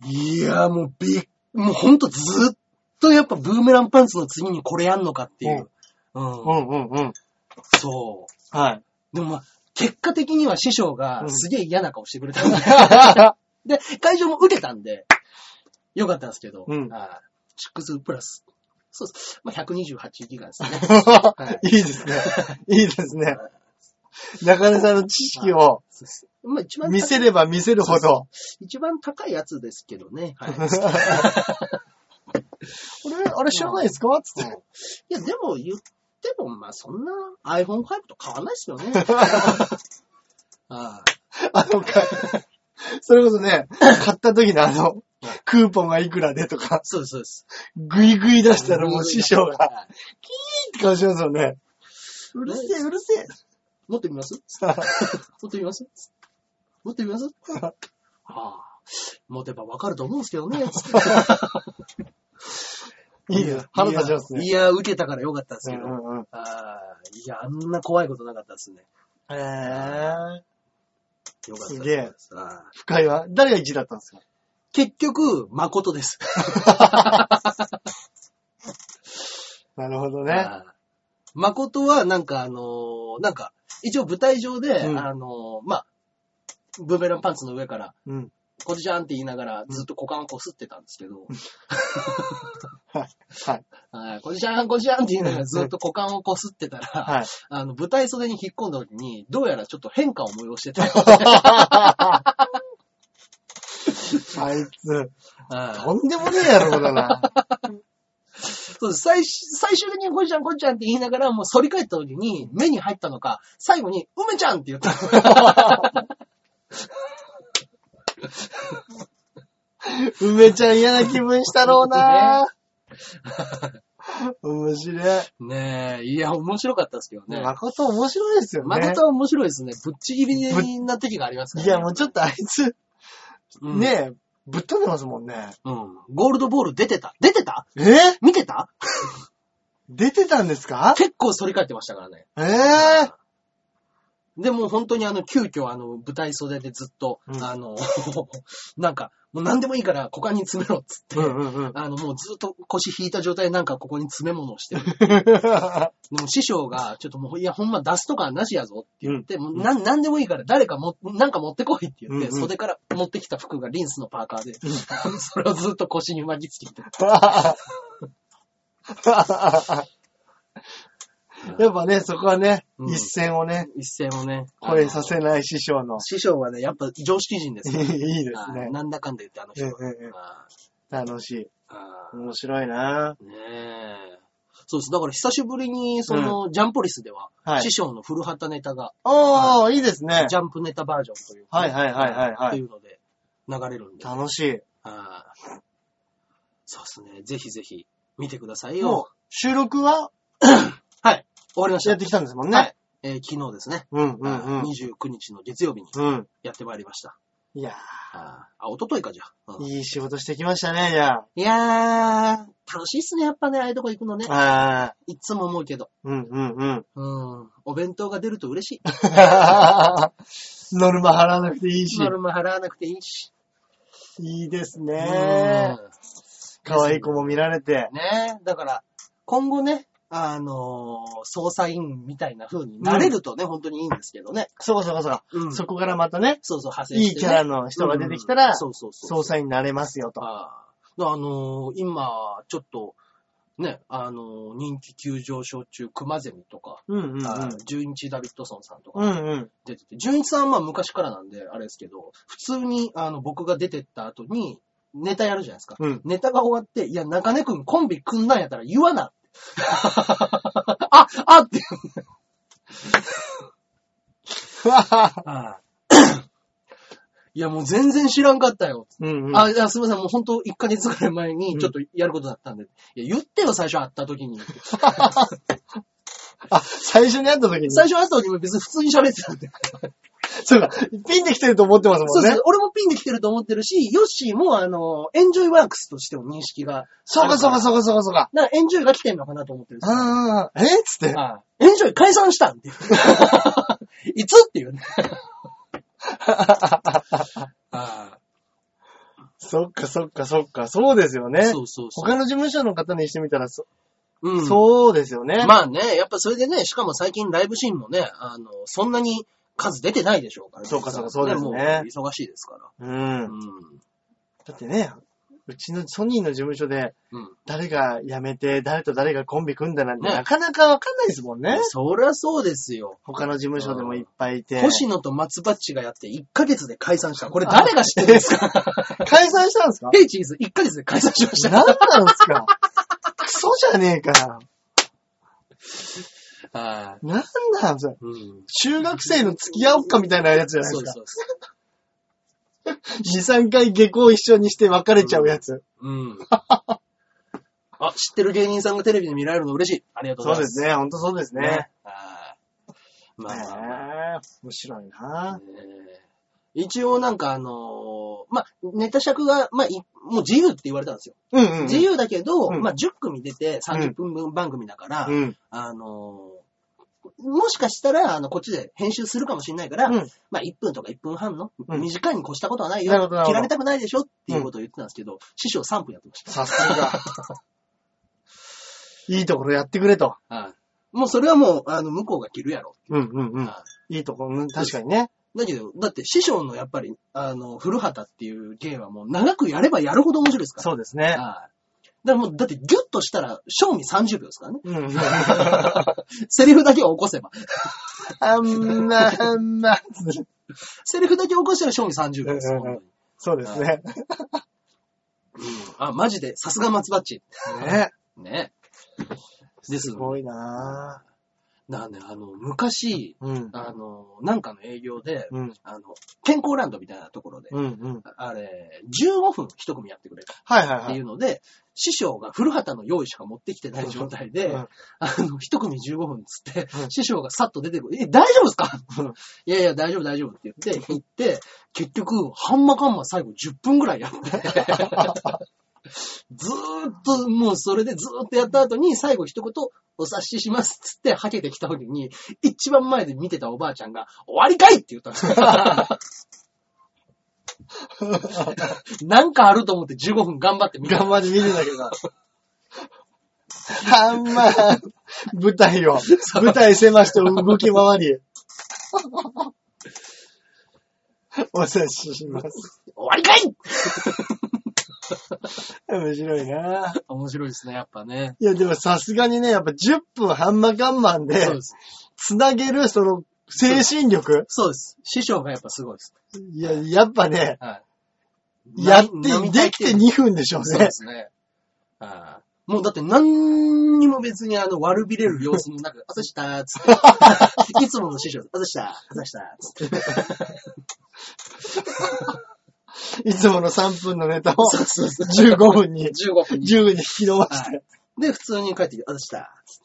いや、もうびっ、もうほんとずっとやっぱブーメランパンツの次にこれやんのかっていう。うん。うん、うん、うん。そはい。う。でもまあ、結果的には師匠うがんすげえ嫌な顔してくれたんで、 [laughs] で、会場も受けたんで、よかったんですけど、うんあー6プラス、そうです。まあ、128ギガです [laughs] ね。いいですね。いいですね。中根さんの知識をそうですまあ、一番高い見せれば見せるほど。一番高いやつですけどね。 [laughs] はい。これ、あれ知らないですかつって。いや、でも言っても、まあ、そんな iPhone5 と変わんないですよね。ああの、かそれこそね、買った時のあの、クーポンがいくらでとか、そうです、そうです。ぐいぐい出したらもう師匠が、はい。って顔しますよね。ううるるせせえ、うるせえ。持ってみます持ってみます持ってみますはあ、持てばわかると思うんですけどね。 [laughs] [laughs] いいです。腹立ちますねい。や、いや受けたからよかったんですうけんど。うんうん。ああ、いや、あんな怖いことなかったですね。へーよかったすげえすああ深いわ。誰が1位だったんですか結局、誠です。なるほどね。ああ誠は、なんかあのーなんか、一応舞台上で、うんあのーまあ、ブーメランパンツの上から、うん。こじちゃんって言いながら、ずっと股間をこすってたんですけど、はい。はい。はい、こじちゃん、こじちゃんって言いながらずっと股間をこすってたら、はい。あの、舞台袖に引っ込んだ時に、どうやらちょっと変化を催 [laughs] してた。あいつ、はいとんでもねえ野郎 [laughs] だな。そうです最終最終的にこじちゃん、こじちゃんって言いながら、もう反り返った時に、目に入ったのか、最後に、梅ちゃんって言った。梅ちゃん嫌な気分したろうな。 [laughs] 面白い。ねえ、いや、面白かったですけどね。誠面白いですよね。誠は面白いですね。ぶっちぎりな時がありますから、いや、もうちょっとあいつ、うねえ、ぶっ飛んでますもんね。うん。ゴールドボール出てた出てたえ見てた出てたんですか結構反り返ってましたからね。ええで、もう本当にあの、急遽あの、舞台袖でずっと、うんあの、 [laughs] なんか、もう何でもいいから股間に詰めろっつって、うんうん [laughs] うん。あの、もうずっと腰引いた状態でなんかここに詰め物をして [laughs] る。でも師匠が、ちょっともう、いや、ほんま出すとかなしやぞって言って、もうなん、なんでもいいから誰かも、なんか持ってこいって言って、うんうん袖から持ってきた服がリンスのパーカーで、 [laughs] それをずっと腰に巻きつけて。 [laughs] やっぱね、そこはね、うん一線をね、一線をね。声させない師匠の。師匠はね、やっぱ常識人でいすいからですあーね。なんだかんだ言ってあの人は。うんうんうんあ楽しい。ーあ面白いなーねえ。そうです。だから久しぶりに、その、ジャンポリスでは、はい師。匠の古畑ネタが、ああ、いいですね。ジャンプネタバージョンというか、はいはいはいはいはといい。うので、流れるんで。楽しはいそうですね。ぜひぜひ、見てくださいい。よも。う、収録ははい。終わりました。やってきたんですもんね。はいえー昨日ですね、うんうん29日の月曜日にうん。うん。やってまいりました。いやあ、あ一昨日かじゃあ、ーうんいい仕事してきましたね、じゃあ。いやー、楽しいっすね、やっぱね、ああいうとこ行くのね。ああ、いっつも思うけど。うんうんうん。 [laughs] うん。お弁当が出ると嬉しい。ノルマ払わなくていいしノ。ルマ払わなくていいし。いいですえね。可愛い子も見られて。ねえ、だから、今後ね、あのー捜査員みたいな風になれるとね、本当にいいんですけどね。そうかそうかそうか。うんそこからまたね、そうそう、派生して、ね。いいキャラの人が出てきたらうん、そうそうそう。捜査員になれますよと。あーあのー今、ちょっと、ね、あのー人気急上昇中、熊ゼミとか、うんうんうん。あー純一ダビッドソンさんとかうんうん。出てて、純一さんはまあ昔からなんで、あれですけど、普通に、あの、僕が出てった後に、ネタやるじゃないですか。うん。ネタが終わって、いや、中根くんコンビ組んだんやったら言わな。 [laughs] あ、あって。 [coughs] いや、もう全然知らんかったよ。うんうん。あ、いや、すみません。もう本当1ヶ月ぐらい前にちょっとやることだったんで。いや、言ってよ、最初会った時に。あ、最初に会った時に。最初会った時も別に普通に喋ってたんで。そうか。ピンできてると思ってますそうもんでねす。。俺もピンできてると思ってるし、ヨッシーも、あの、エンジョイワークスとしての認識が。そうかそうかそうかそうかそうか。だからエンジョイが来てんのかなと思ってるんですよああ、えっつって。はいエンジョイ解散したん [laughs] っていう。いつっていうね。あそっかそっかそっか。そうですよね。そうそうそう。他の事務所の方にしてみたらそ、うんそうですよね。まあね、やっぱそれでね、しかも最近ライブシーンもね、あの、そんなに数出てないでしょうからね。そうかそうかそうですもねう忙しいですかうんら。う。ん。だってね、うちのソニーの事務所でうん。誰が辞めて、誰と誰がコンビ組んだなんて、ねなかなかわかんないですもんね。そりゃそうですよ。他の事務所でもいっぱいいて。星野と松バッチがやって1ヶ月で解散した。これ誰が知ってるんです [laughs] か解散したんですかヘイチーズ1ヶ月で解散しました。何なんですかクソじゃねえか。 [laughs] はい。なんなんそれ。うん。中学生の付き合おっかみたいなやつじゃないそうでそすか。うそう。 2、3回下校一緒にして別れちゃうやつ。うん。あ、知ってる芸人さんがテレビで見られるの嬉しい。ありがとうごそうざいます。ですね、ほんとそうですね。。はい。まねあまあまえあ、面白いな。えー一応なんかあのーまあ、ネタ尺が、まあ、いもう自由って言われたんですよ。うんうん。自由だけど、うんまあ、10組出て30分分番組だから、うん。あのーもしかしたら、あの、こっちで編集するかもしれないから、うんまあ、1分とか1分半のうん短いに越したことはないなるよほどな。る切ほどられたくないでしょっていうことを言ってたんですけど、師匠3分やってました。さすが。 [laughs] いいところやってくれと。はい。もうそれはもう、あの、向こうが着るやろ。うんうんうんはいいところ、うん確かにね。だけど、だって師匠のやっぱり、あの、古畑っていう芸はもう長くやればやるほど面白いですから。そうですね。はい。だからもう、だってギュッとしたら、賞味30秒ですからね。 [laughs] うんうん。セリフだけを起こせば。あんな、あんな。セリフだけ起こしたら賞味30秒です。うんうんうん本そうですね。当にうんあ、マジで、さすが松バッチ。ね。ね。ですすごいななんで、あの、昔、うん。あの、なんかの営業で、うん。あの、健康ランドみたいなところで、うんうん。あれ、15分一組やってくれた。はいはいってはいい。うので、師匠が古畑の用意しか持ってきてない状態で、うんあの、一組15分つって、うん師匠がさっと出てくる。え、大丈夫ですかうんいやいや、大丈夫大丈夫って言って、行って、結局、ハンマカンマ最後10分ぐらいや [laughs] って、ずーっと、もうそれでずーっとやった後に、最後一言、お察ししますっつって、はけてきた時に、一番前で見てたおばあちゃんが、終わりかいって言ったんです [laughs] よなんかあると思って15分頑張って見た頑張って見てたけど。あんま、舞台を、舞台狭して動き回り。お察しします。終わりかい面白いな面白いですね、やっぱね。いや、でもさすがにね、やっぱ10分ハンマガンマンでそう、です。つなげる、その、精神力。そうです。師匠がやっぱすごいです。いや、やっぱね、はい。やってな、できて2分でしょうそうねで。すね。ああもうだって何にも別にあの悪びれる様子もなく、朝したーっつ [laughs] って。いつもの師匠、朝した、朝したーっつって。いつもの3分のネタをそうそうそう。 15分に、 15分に。 10分に引き伸ばしはてい。で、普通に帰ってきて、朝したーっつ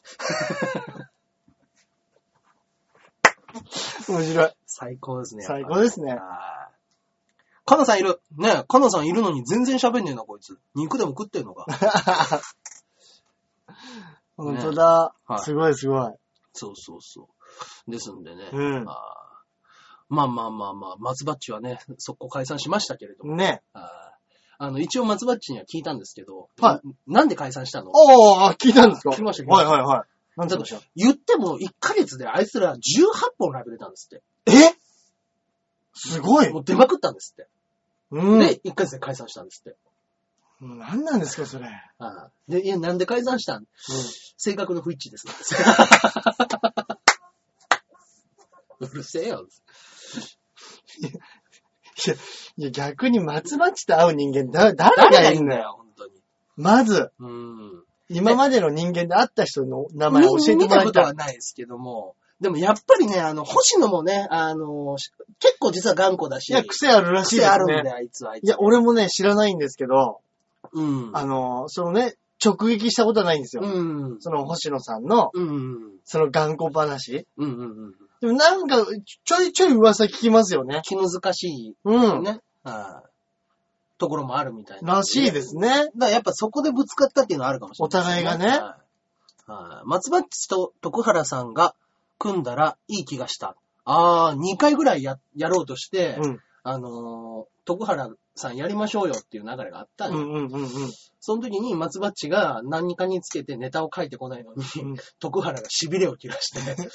って。面白い。最高ですね。やっぱ最高ですね。あーカナさんいる。ねえ、カナさんいるのに全然喋んねえな、こいつ。肉でも食ってんの [laughs] か。本当だは。いすごいすごい。そうそうそう。ですんでね。うんあーまあまあまあまあ、松バッチはね、速攻解散しましたけれども。ね。あーあの、一応松バッチには聞いたんですけど、はなんで解散したのああ、聞いたんですか聞きました聞きまはしいたはいはい。なんて言いました言っても1ヶ月であいつら18本ライブ出たんですっえすごいて。も。う出まくったんですって。うん。で、1ヶ月で解散したんですって。何なんですか、それ。あーで、いや、なんで解散したん性格の不一致です。 [laughs] うるせえよ。いや、逆に松町と会う人間だ、誰誰ががいいいるんんだだよ。よ、本当に。まず、うん。今までの人間で会った人の名前教えても見らいたことた。はいないですけども。でもやっぱりね、あの、星野もね、あの、し結構実は頑固だし、いや、癖あるらしいで癖あするんだね。よ、あいつは、あいついや、俺もね、知らないんですけど、うん。あの、そのね、直撃したことはないんですよ。うん。その星野さんの、うん。うん。その頑固話。うん。うん。でもなんか、ちょいちょい噂聞きますよね。気難しういん。ね、あーところもあるみたいな。。らしいですすね。だからやっぱそこでぶつかったっていうのはあるかもしれないです、お互いがねはいはい松バッチと徳原さんが組んだらいい気がした。ああ、2回ぐらいや、やろうとして、うん。あのー徳原さんやりましょうよっていう流れがあったんようんうんうんうん。その時に松バッチが何かにつけてネタを書いてこないのに、うん徳原が痺れを切らして、 [laughs]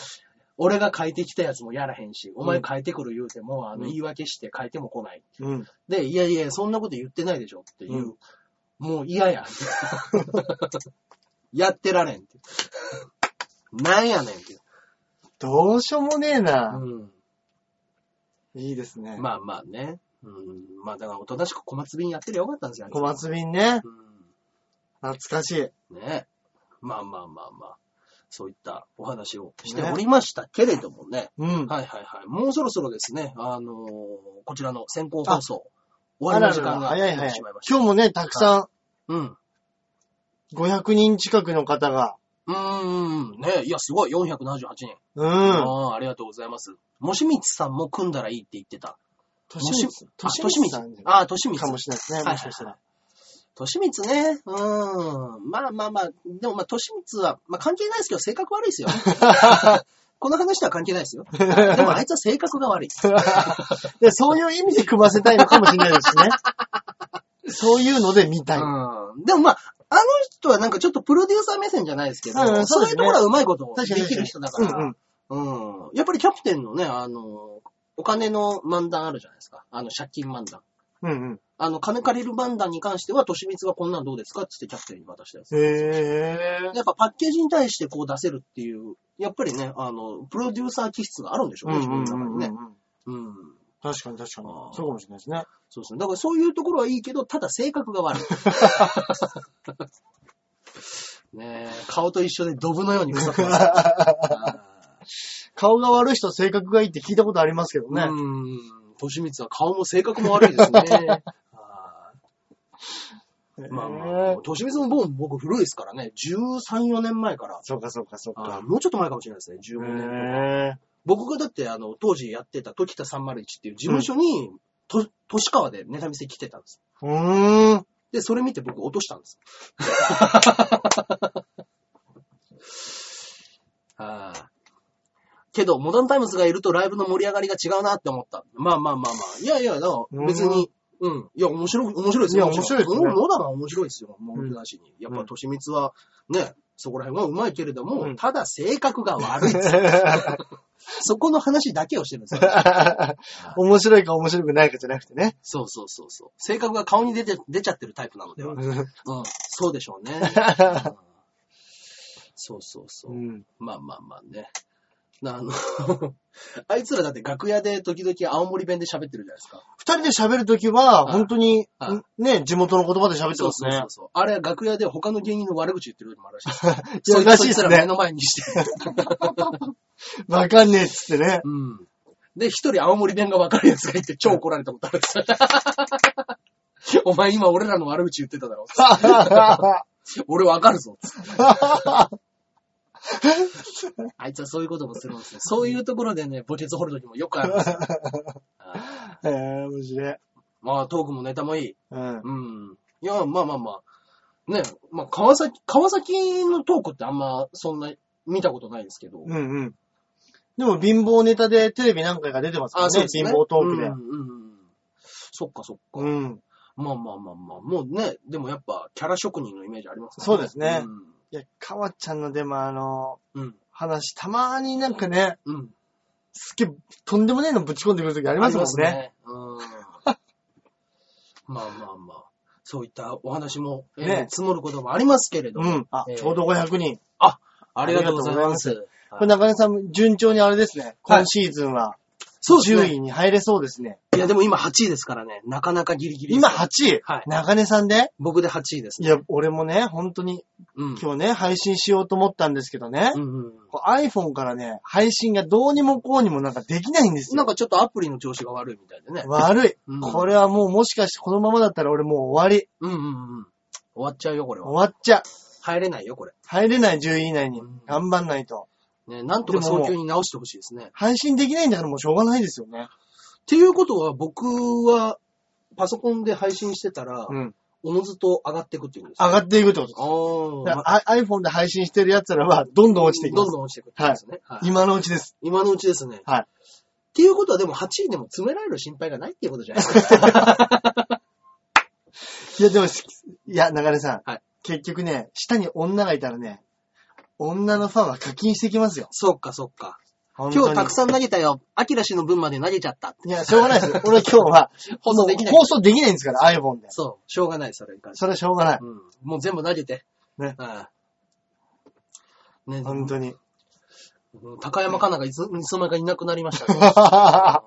俺が書いてきたやつもやらへんし、お前書いてくる言うても、あうの、ん言い訳して書いても来ない。うん。で、いやいや、そんなこと言ってないでしょっていう、もう嫌や。 [laughs] やってられんって。なんやねんって。どうしようもねえな。うんいいですね。まあまあね。うん、まあだからおとなしく小松便やってりゃよかったんですよ。小松瓶ね。うん懐かしい。ね。まあまあまあまあ。そういったお話をしておりましたけれどもね。うん。はいはいはい。もうそろそろですね、あのーこちらの先行放送、終わりの時間があららら早い来早ていしまいま。した。今日もね、たくさうん。ん、500人近くの方が、うーん。ねいや、すごい。478人。うう。んん。ありがとうございます。もしみつさんも組んだらいいって言ってた。とあしとしみみつつさんじゃないあ、としみつか。もしれないですね、はいもしかしたら。としみつね。うーん。まあまあまあ。でもまあ、としみつは、まあ関係ないですけど、性格悪いで [laughs] すよ。この話とは関係ないですよ。でもあいつは性格が悪い。で、そういう意味で組ませたいのかもしれないですし [laughs] ね。そういうので見たい。うん。でもまあ、あの人はなんかちょっとプロデューサー目線じゃないですけど、うんうんそそううですねいうところはうまいこと確かに。できる人だから、うんうん。うん、やっぱりキャプテンのね、あの、お金の漫談あるじゃないですか。あの、借金漫談。うんあの、金借りる漫談に関しては、としみつがこんなんどうですかって言ってキャプテンに渡したやつ。うん。へぇー。やっぱパッケージに対してこう出せるっていう、やっぱりね、あの、プロデューサー気質があるんでしょううんね、う自分んのう中んにうんうね。ん。うん。確かに確かにあ。ーそうかもしれないですね。そうですね。だからそういうところはいいけど、ただ性格が悪 [laughs] い。ねえ、顔と一緒でドブのように臭くなる。顔が悪い人、性格がいいって聞いたことありますけど [laughs] ね、ねう。ーん。としみつは顔も性格も悪いです [laughs] ね。あーまあまへあ、ーとしみつのボーン僕古いですからね。13、4年前から。そうかそうかそうあかー。もうちょっと前かもしれないですね。15年とか。へ僕がだって、あの、当時やってた時田301っていう事務所に、と、都市川でネタ見せ来てたんです。ぇー。うー [laughs] ん。で、それ見て僕落としたんです。 [laughs] ああ。けど、モダンタイムズがいるとライブの盛り上がりが違うなって思った。まあまあまあまあ。いやいや、だから別に、うん。いや、面白い、面白いですよ。いや面白いですねね。野田が面白いですよ。もううんなしに。やっぱ、としみつは、ね、そこら辺は上手いけれども、うんただ性格が悪 [laughs] いっつって。そこの話だけをしてるんですよ。面白いか面白くないかじゃなくてね。そうそうそうそう。性格が顔に出て、出ちゃってるタイプなのでは。うん。そうでし [laughs] ょうね。うんそうそうそうう。ん。まあまあまあね。 [laughs] あの、あいつらだって楽屋で時々青森弁で喋ってるじゃないですか。二人で喋るときは、はい本当には、ね、地元の言葉で喋ってますそうねそう。そう。あれは楽屋で他の芸人の悪口言ってるよりもあるらしい [laughs] です。いやそらしいっそすいつら目ね。の前にして。わかんねえっつってね。うん。で、一人青森弁がわかるやつがいて超怒られたことある [laughs] んですよお前今俺らの悪口言ってただろ。俺わかる [laughs] ぞ。あいつはそういうこともするんですね。そういうところでね、墓穴掘るときもよくあるん [laughs] ですよ。はい [laughs] えー、面白い。まあ、トークもネタもいい。うん。うん。いや、まあまあまあ。ね、まあ、川崎、川崎のトークってあんま、そんな、見たことないですけど。うんうん。でも貧乏ネタでテレビ何回か出てますからね。貧乏トークでうん、うんうん。そっかそっか。うん。まあまあまあまあ、もうね、でもやっぱ、キャラ職人のイメージありますそうですねいや、かわちゃんのでもあの、うん。うん。話、たまになんかね、うん。すっげえ、とんでもねえのぶち込んでくるときあありますもんりね。ますね。うん。まあまあまあ。そういったお話も、えーね積もることもありますけれども。うん。あ、えーちょうど500人。ありがとうございます。あこはれい中根さん、順調にあれですね。はい今シーズンは、そうです10ね。位に入れそうですね。いや、でも今8位ですからね。なかなかギリギリです今8位。はい中根さんで僕で8位ですいね。や、俺もね、本当にうん。今日ね、配信しようと思ったんですけどね。うんうんうこう iPhone からね、配信がどうにもこうにもなんかできないんですん。なんよ。かちょっとアプリの調子が悪いみたいでね。悪い、うんこれはもうもしかしてこのままだったら俺もう終わり。うんうんうん。終わっちゃうよ、これは。終わっちゃう。入れないよ、これ。入れない10位以内にうん。頑張んないと。ね、なんとか早急に直してほしいですね。っ配信できないんだからもうしょうがないですよね。ていうことは、僕は、パソコンで配信してたら、うん。おのずと上がっていくっていうんです上がっていくってことです。よ。だあかあ。らあ iPhone で配信してる奴らはどんどん落ちていきまどんす。どん落ちていくってことですね。はい今のうちです。今のうちですね。はっいていうことは、でも8位でも詰められる心配がないっていうことじゃないですか。いや、でも、しいや、中根さん。はい結局ね、下に女がいたらね、女のファンは課金してきますよ。 [laughs] そっか、そっか。今今日たくん。さん投げたよ。アキラ氏の分まで投げちゃった。いや、しょうがないですよ。俺は今日は、放送できない放送できないんですから、iPhone で。そう。しょうがない、それに関して。それはしょうがない。うん。もう全部投げて。ねああね、本当に。うん高山かながいつ、いつの間にかいなくなりました [laughs] けどまあ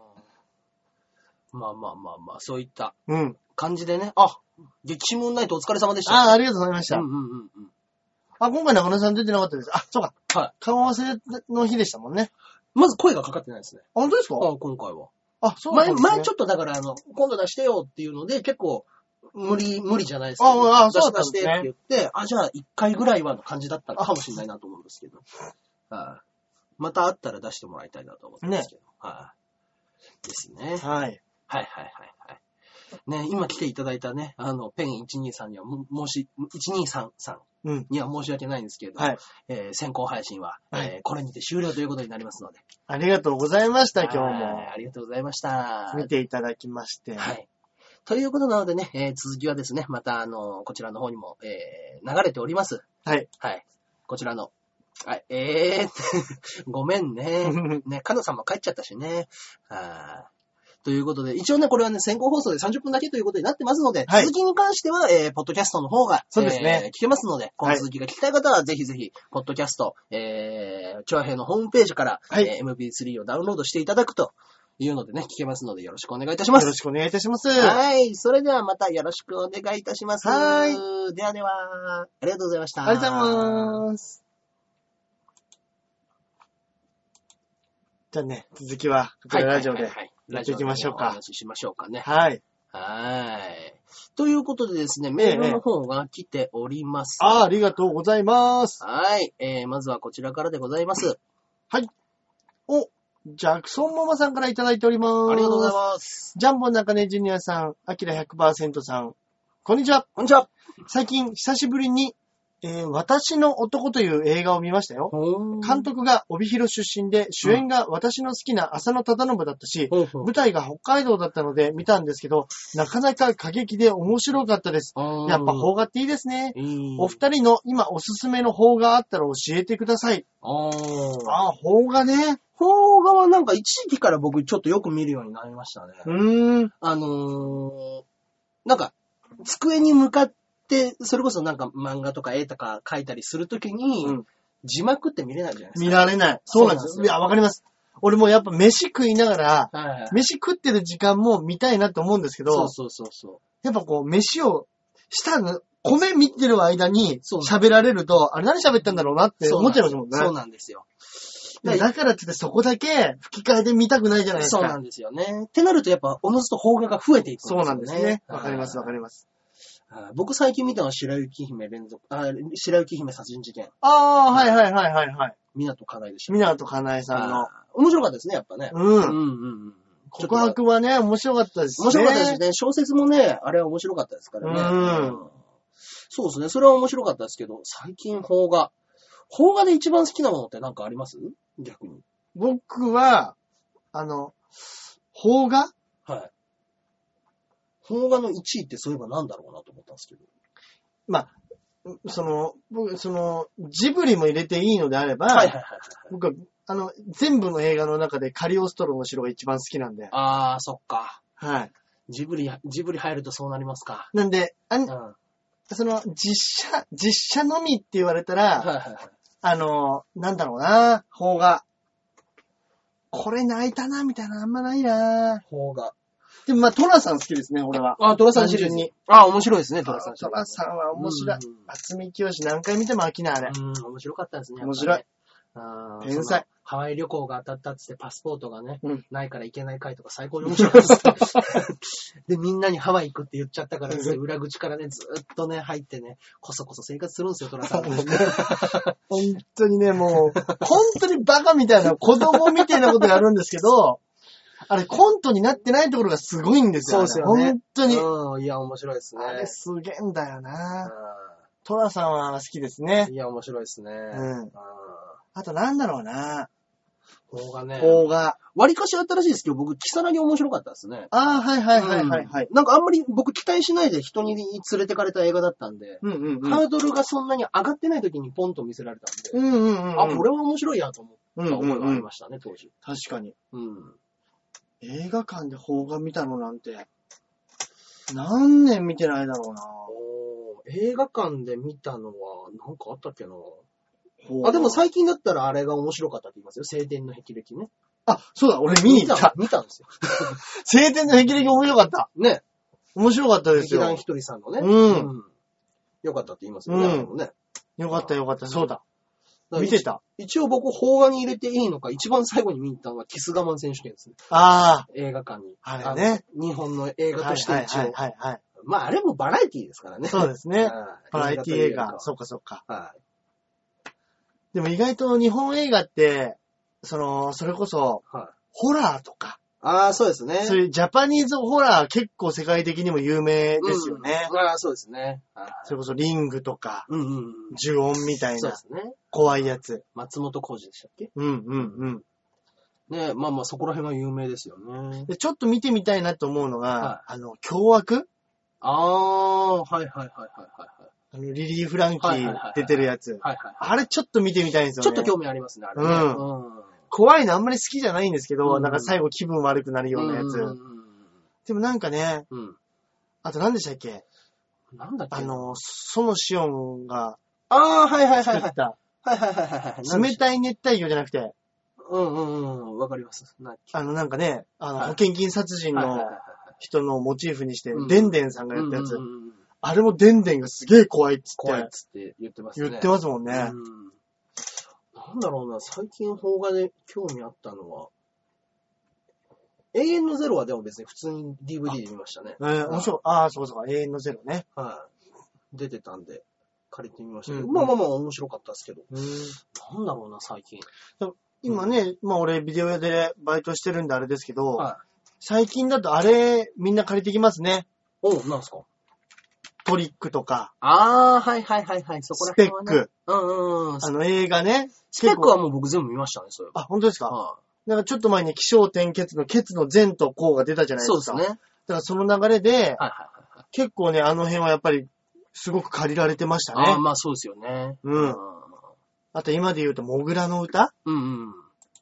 まあまあまあ、そういったうん。感じでね。あ、激ムーンナイトお疲れ様でした。ああ、ありがとうございました。うんうんうんうん。あ、今回中野さん出てなかったです。あ、そうか。はい。顔合わせの日でしたもんね。まず声がかかってないですね。本当ですかああ今回は。あ、そうなん前、ですね。前ちょっとだから、あの、今度出してよっていうので、結構、無理、無理じゃないですけどああ出そしうだ出ったんしでてすっねて言って、あ、じゃあ一回ぐらいはの感じだったのかもしれないなと思うんですけど。はいまたあったら出してもらいたいなと思ってますけど。はいですね。はい。はいはいはいはい。ね、今来ていただいたね、あの、ペン123にはも、もし、123さんうん。には申し訳ないんですけれど、はいえー先行配信は、はえーこれにて終了ということになりますので。ありがとうございました、今日はいも。ありがとうございました。見ていただきまして。はい。ということなのでね、えー続きはですね、また、あの、こちらの方にも、えー流れております。はい。はい。こちらの。はい、えー、 [laughs] ごめんね。ね、カナさんも帰っちゃったしね。あーということで、一応ね、これはね、先行放送で30分だけということになってますので、はい続きに関しては、えー、ポッドキャストの方が、そうですねえー聞けますので、この続きが聞きたい方は、ぜひぜひ、ポッドキャスト、えー、チョアヘイのホームページから、はいえー MP3 をダウンロードしていただくというのでね、聞けますので、よろしくお願いいたしよまろす。しくお願いいたします。はい。それではまたよろしくお願いいたします。はーい。ではでは、ありがとうございました。ありがとうございます。じゃあね、続きは、こちらラジオはいではい。はいはいやっていきましょうかラジオでお話ししましょうかね。はい。はい。ということでですね、メールの方が来ております。あーありがとうございます。はい。えー、まずはこちらからでございます。お、ジャクソンママさんからいただいております。ありがとうございす。ます。ジャンボ中根ジュニアさん、アキラ100%さん、こんにちは。こんにちは。最近、久しぶりに、えー私の男という映画を見ましたよ。監督が帯広出身で、主演が私の好きな浅野忠信だったし、ほうほう舞台が北海道だったので見たんですけど、なかなか過激で面白かったです。あーやっぱ邦画っていいですね。いいお二人の今おすすめの邦画あったら教えてください。ああ。ああ、邦画ね。邦画はなんか一時期から僕ちょっとよく見るようになりましたね。うーん。あのー、なんか、机に向かって、それこそなんか漫画とか絵とか描いたりするときに、うん字幕って見れないじゃないです見られない。そうなんでそうすなんですよ。いよや、わかります。俺もやっぱ飯食いながら、か。はいはい。飯食ってる時間も見たいなと思うんですけど、そうそうそうそう。やっぱこう、飯を、したの、米見てる間にそう喋られると、あれ何喋ったんだろうなって思っちゃいますもんね。そうなんですよ。だからだからって言ってそこだけ吹き替えで見たくないじゃないですか。そうなんですよね。ってなるとやっぱ、おのずと邦画が増えていくそうなんですね。わ、はいかりますわかります。はい僕最近見たのは白雪姫連続、あ、白雪姫殺人事件、ああ、はいはいはいはいはい。港かなえでしょ。港かなえさんのあ。ー面白かったですね、やっぱね。う。うんんうんうん。告白はね、面白かったですね。面白かったですね。小説もね、あれは面白かったですからね。うんそうですね。それは面白かったですけど、最近邦画。邦画で一番好きなものって何かあります逆に。僕は、あの、邦画はい。邦画の1位ってそういえば何だろうなと思ったんですけど。その、僕、その、ジブリも入れていいのであれば、はいはいはいはい。僕は、あの、全部の映画の中でカリオストロの城が一番好きなんで、あー、そっか。はい。ジブリや、ジブリ入るとそうなりますか。なんで、あうんん。はその、実写、実写のみって言われたいはいら、はい。あの、なんだろうな、邦画。これ泣いたな、みたいな、あんまないな。邦画。でも、まあ、トラさん好きですね、俺は。あ、トラささんんシシリリーーズズに。あー、面白いですね、トトララさんシリーズ。さんは面白い。うん厚み清何回見ても飽きない、あれ。うん、面白かったですね。面白いやっぱね。天才あーそのハワイ旅行が当たったっつってパスポートがね、うんないから行けない回とか最高に面白かったっす [laughs] で、みんなにハワイ行くって言っちゃったからっつって、裏口からね、ずーっとね、入ってね、こそこそ生活するんですよ、トラさん。[laughs] 本当にね、もう、本当にバカみたいな、子供みたいなことやるんですけ [laughs] ど、あれ、コントになってないところがすごいんですよ。そうですよね本当に。うん、いや、面白いですね。あれ、すげえんだよな。うトラさんは好きですねん。いや、面白いですね。うんうん。あと、なんだろうな。邦画ね。邦画。割割かし新しいですけど、僕、キサラに面白かったですね。ああ、はいはいはいはいはい。うんなんかあんまり僕期待しないで人に連れてかれた映画だったんで、うんうんうん。ハードルがそんなに上がってない時にポンと見せられたんで、うんうんうんうん。あ、これは面白いやと思っうんたう思いんがあうりん。ましたね、当時。確かに。うん。映画館で邦画見たのなんて、何年見てないだろうな。おー映画館で見たのは、なんかあったっけな邦画あ、でも最近だったらあれが面白かったって言いますよ。晴天の霹靂ね。あ、そうだ、俺見に行った。見たんですよ。晴天の霹靂面白かった。ね。面白かったです劇団よひ。とりさんのね。うんよかったって言いますよね。うんあれもねよかったよかった。そうだだ。から見てた。一応僕、邦画に入れていいのか、一番最後に見に行ったのがキス我慢選手権ですね。あ映画館に。あれねあの。日本の映あ。画としてはい一応。はいはいはい。まあ、あれもバラエティですからね。そうで [laughs] すね。はいバラエティ映画。といそうかそうか。うかはい。でも意外と日本映画って、その、それこそ、はい。ホラーとか、ああ、そうですね。そういうジャパニーズホラー結構世界的にも有名ですよね。うんああ、そうですね。はいそれこそリングとか、うんうんう呪音みたん。いそうでなすね。怖いやつ。松本浩二でしたっけうんうんうん。ねまあまあ、そこら辺は有名ですよね。で、ちょっと見てみたいなと思うのが、はあの、凶悪ああ、はいはいはいはいはあのリリー・フランキはいはいはいはーい出てるやつ。い。はいはい、あれちょっと見てみたいんですよちね。ょっと興味ありますね、あれね。うんうん怖いのあんまり好きじゃないんですけど、うんなんか最後気分悪くなるようなやつ。うんうんでもなんかね、うんうん。あと何でしたっけうんなんだっけあ、の、ソノシオンがああ、はいはいはい作はいっ。た、はいはいはいはいはい。冷たい熱帯魚じゃなくて、うんうんうん。わかります。なあのなんかね、あの、はい保険金殺人はいはいはいの人のモチーフにしてう、んデンデンさんがはいやったやつうんう。んうんあれもデンデンがすげえ怖いっつ怖いっってつって言ってますね。言ってますもんすね。なんだろうな、最近邦画で興味あったのは、永遠のゼロはでも別に普通に DVD で見ましたね。えー、面白い。ああ、そうかそうか。永遠のゼロね。はい。出てたんで、借りてみましたけど、うんまあまあまあ面白かったですけど、なんだろうな、最近。今ね、まあ俺ビデオ屋でバイトしてるんであれですけど、はい。最近だとあれみんな借りてきますね。おう、なんすかトリックとか、ああ、はいはいはいはい、そこらスペ辺ッはね。うク、んうんうん。あの映画ね。スペックはもう僕全部見ましたね、それは。あ、本当ですか、はなんかちょっと前に気象点結の結の前と後が出たじゃい。ないですそうか。ですね。はいだからその流れで、はいはい。結構ね、あの辺はやっぱりすごく借りられてましたああ、ね。まあそうですよね。うんうんあと今で言うと、モグラの歌うんうん。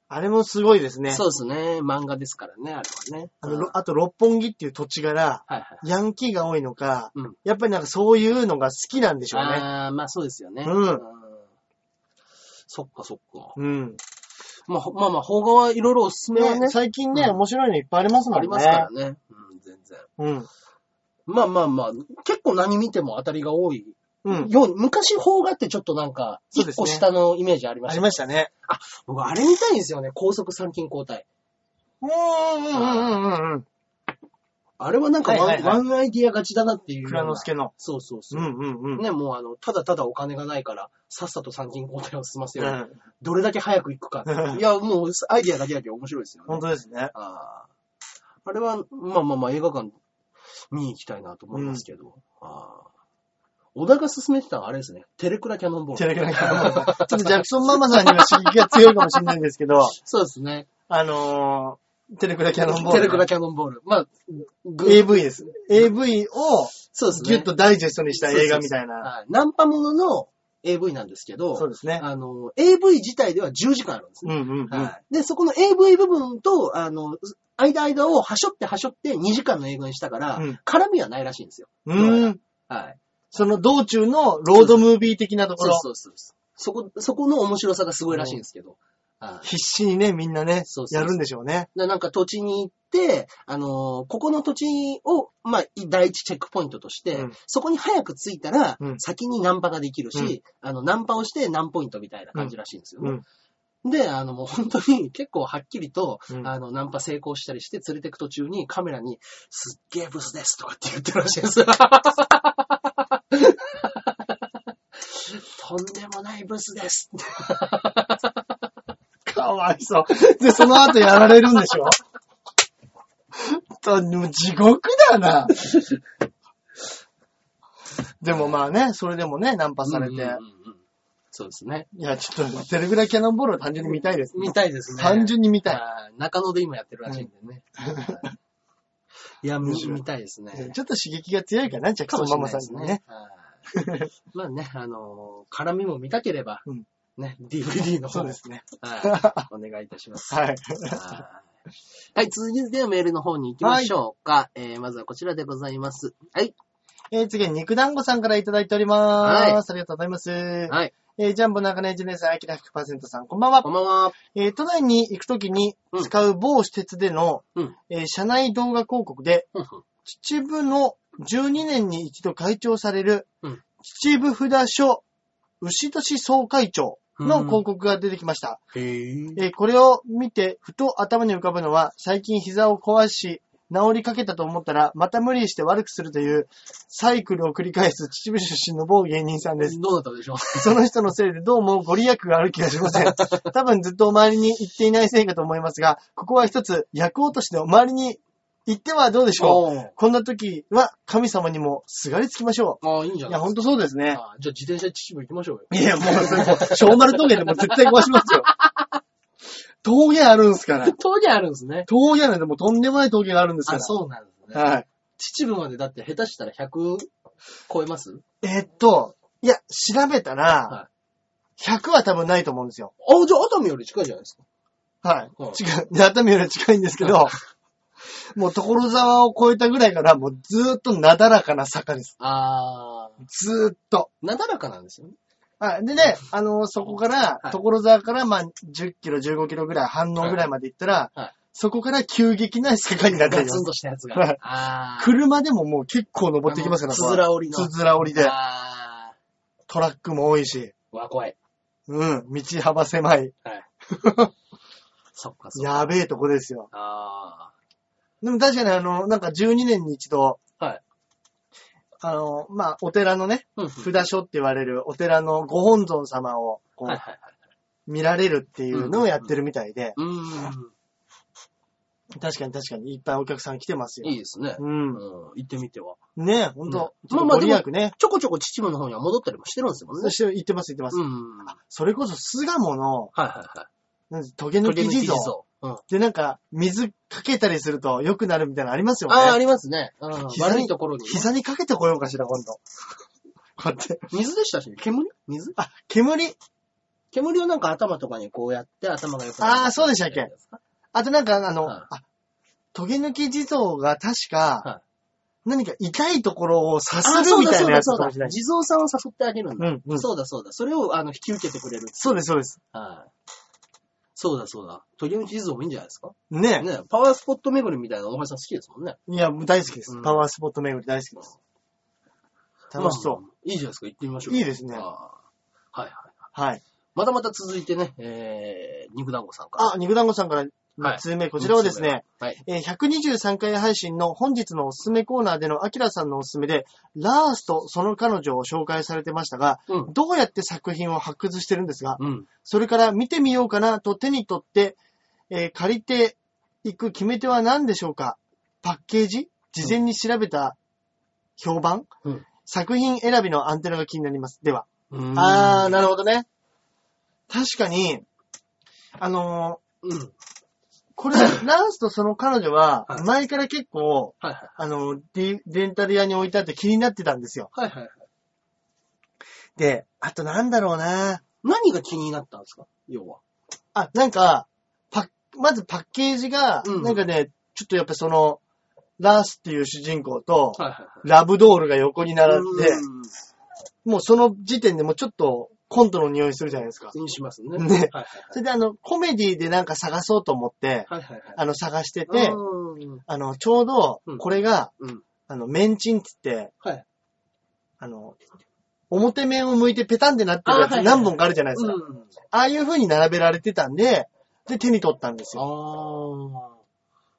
あれもすごいですね。そうですね。漫画ですからね、あれはね。あうのんろあと、六本木っていう土地柄、はいはい。ヤンキーが多いのか、うんやっぱりなんかそういうのが好きなんでしょうね。ああ、まあそうですよね。うんうんそっかそっか。うん。まあ、ほまあまあ、邦画はいろいろおすすめはねね、最近ね、うん面白いのいっぱいありますもあんね。りますからね。うん、全然。うん。まあまあまあ、結構何見ても当たりが多い。うん。よう昔、邦画ってちょっとなんか、そうで一すね個下のイメージありまあしりた。ましたね。僕、あれ見たいんですよね。高速参勤交代。うんうんうんうんうん。あれはなんかワン、はいはいはいワンアイディア勝ちだなっていうような。蔵之介の。そうそううそう。んうんうん。ね、もうあの、ただただお金がないから、さっさと参勤交代を済ませうよう。ん。どれだけ早く行くか。いや、もう、アイディアだけだけど面白いですよね。本当ですね。あーあれは、まあまあまあ映画館見に行きたいなと思いますけど。あー小田が勧めてたのはあれですね。テレクラキャノンボーテル。レビのちょっとジャクソンママさんには刺激が強いかもしれないんですけど、そうですね。あのー、テレクラキャノンボール。テレクラキャノンボール。まあ、グ AV です。AV をそうですね。ギュッとダイジェストにした映画みたいな。はいナンパものの AV なんですけど、そうですね。あの、AV 自体では10時間あるんですうんね。うんうん。はいで、そこの AV 部分と、あの、間間をはしょってはしょって2時間の映画にしたから、うん絡みはないらしいんですよ。うん。はい。その道中のロードムービー的なとこそうろ、そうそうそう。そこ、そこの面白さがすごいらしいんですけど。はい必死にね、みんなねそう、そうそうやるんでしょうね。でなんか土地に行って、あのーここの土地を、まあ、第一チェックポイントとして、うんそこに早く着いたら、うん先にナンパができるし、うんあの、ナンパをして何ポイントみたいな感じらしいんですよね。うんで、あの、もう [laughs] 本当に結構はっきりと、うんあの、ナンパ成功したりして連れてく途中にカメラに、すっげえブスですとかって言ってるらしい [laughs] です。とんでもないブスですって。 [laughs] かわいそう。で、その後やられるんでしょと、もう地獄だな。でもまあね、それでもね、ナンパされて。うんうんうんうんそうですね。いや、ちょっと、テレグラキャノンボールを単純に見たいです。見たいですね。単純に見たい。はい中野で今やってるらしいんでね。いや、見面白い見たいですね。ちょっと刺激が強いかな、ジャクソンママさんにはね。はい。まあね、あのー絡みも見たければうん、ね、DVD のそ方うで。ですすね。はいお願いいたします。はい。はいはい、続いてメールの方に行きましょうか。えーまずはこちらでございます。はい。えー次は肉団子さんからいただいております。はいありがとうございます。はい。えージャンボ中根ジュネさん、アキラ100%さん、こんばんはこ。んばんは。えー都内に行くときにうん使う某施設での、うんえー社内動画広告で、ふんふん秩父の12年に一度会長される、うん秩父札所牛年総会長の広告が出てきました。へぇえーこれを見て、ふと頭に浮かぶのは、最近膝を壊し、治りかけたと思ったら、また無理して悪くするという、サイクルを繰り返す秩父出身の某芸人さんです。どうだったでしょうその人のせいでどうもご利益がある気がしま [laughs] せん。多分ずっと周りに行っていないせいかと思いますが、ここは一つ役落として周りに行ってはどうでしょう。あこんな時は神様にもすがりつきましょ [laughs] あー、いいんじう。ゃいなや、いでほんとそうですすね。か。じゃあ自転車で秩父行きましょうよ。いや、もう、それもう小丸峠でも絶対壊します [laughs] よ。峠あるんすから。峠あるんですね。峠なんてもうとんでもない峠があるんですかあ、ら。そうなんですね。はい。秩父までだって下手したら100超えますえーっと、いや、調べたはら、100は多分ないと思うんですよ。あ、じゃあ熱海より近いじゃないですか。はいうん。近い。で、熱海より近いんですけ [laughs] ど、もう所沢を越えたぐらいから、もうずーっとなだらかな坂です。あー、ずーっと。なだらかなんですよね。はい。でね、あのそこからは、い所沢から、まあ、10キロ、15キロぐらい、反応ぐらいまで行ったら、はいはいそこから急激な坂になってガいまツンす。としたやつはがい。あー。車でももう結構登ってきますから、あのつづら折りつの。づら折りで、あトラックも多いし、ー。わ、怖い。うん、道幅狭い、 [laughs] はい。そっか、そっか。やべえとこですよ。あでも確かにあの、なんか12年に一度、ー。はい。あの、まあ、お寺のね、うんうん札所って言われるお寺のご本尊様をこはいはいはい。う見られるっていうのをやってるみたいで、うー確かに確かにいっぱいお客さん来てますん。よ。いいですね。ううんん。行ってみては。ねえ、ほんと。うんちょっとご利益ね。ちょこちょこ秩父の方には戻ったりもしてるんですもんね。して行ってます行ってます。うん。はいそれこそ巣鴨の、はいはなんてトゲい。抜き地地蔵。蔵。うん。で、なんか、水かけたりすると良くなるみたいなのありますよああ、あね。りますね。うん。膝に悪いところに。膝にかけてこようかしら、今度。こうやって。水でしたし、煙水あ、煙。煙をなんか頭とかにこうやって頭がよくあーそうでしたっけあとなんか、あの、はいあ、トゲ抜き地蔵が確か、は何か痛いところをさすあ、るそうみだたいそうなやだつそうかだもしれ。ない。地蔵さんを誘ってあげるんだ。うんうんそうだそうだ。それをあの引き受けてくれる。そうです、そうです。はい。そうだそうだ。鳥の地蔵もいいんじゃないですかねねパワースポット巡りみたいなの大橋さん好きですもんね。いや、もう大好きですう。んパワースポット巡り大好きです。楽しそう。まあ。いいじゃないですか。行ってみましょう。いいですねあーはいはい。はい。またまた続いてね、えー、肉団子さんから。あ、肉団子さんからはい2通目、こちらはですね、はい。えー123回配信の本日のおすすめコーナーでのアキラさんのおすすめで、ラースとその彼女を紹介されてましたが、うん。どうやって作品を発掘してるんですが、うん。それから見てみようかなと手に取って、えー借りていく決め手は何でしょうかパッケージ事前に調べた評判、うん作品選びのアンテナが気になります。では。うあー、ー、なるほどね。確かに、あのーうん。はい [coughs] これ、ランスとその彼女はは、い前から結構、はい。あのー、ディレンタル屋に置いてあって気になってたんですよ。はいはいはい。で、あとなんだろうな何が気になったんですか要は。あ、なんか、パッまずパッケージが、うんなんかね、ちょっとやっぱその、ラースっていう主人公と、はいはいはい。ラブドールが横に並んで、うんもうその時点でもうちょっとコントの匂いするじゃないですか。気にしますね。ねはいそれであの、コメディでなんか探そうと思って、はいはい。はいはいはい。あの、探してで、て、あの、ちょうどうん、これが、うんあの、メンチンっつって、はい。あの、表面を向いてペタンってなってるやあーはついはい何本かあるじゃないですか。うん。ああいう風に並べられてたんで、で、手に取ったんですああ。よ。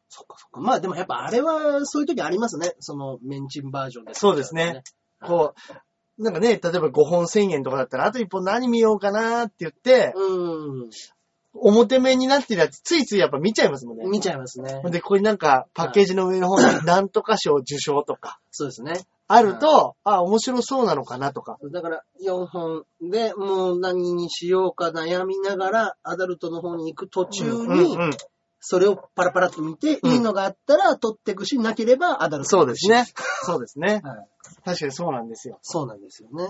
そっかそっか。まあでもやっぱあれはそういう時ありますね。そのメンチンバージョンで。そうですね。こう、なんかね、例えば5本1000円とかだったら、あと1本何見ようかなーって言って、うん。表面になってるやつ、ついついやっぱ見ちゃいますもんね。見ちゃいますね。で、ここになんか、パッケージの上の方 [coughs] に、なんとか賞受賞とか、そうですね。あると、あ、面白そうなのかなとか。だから4本でもう何にしようか悩みながらアダルトの方に行く途中うんにうんそれをパラパラっと見てうんいいのがあったら取っていくしなければアダルト。そうですね。そうですね。はい。確かにそうなんですよ。そうなんですよね。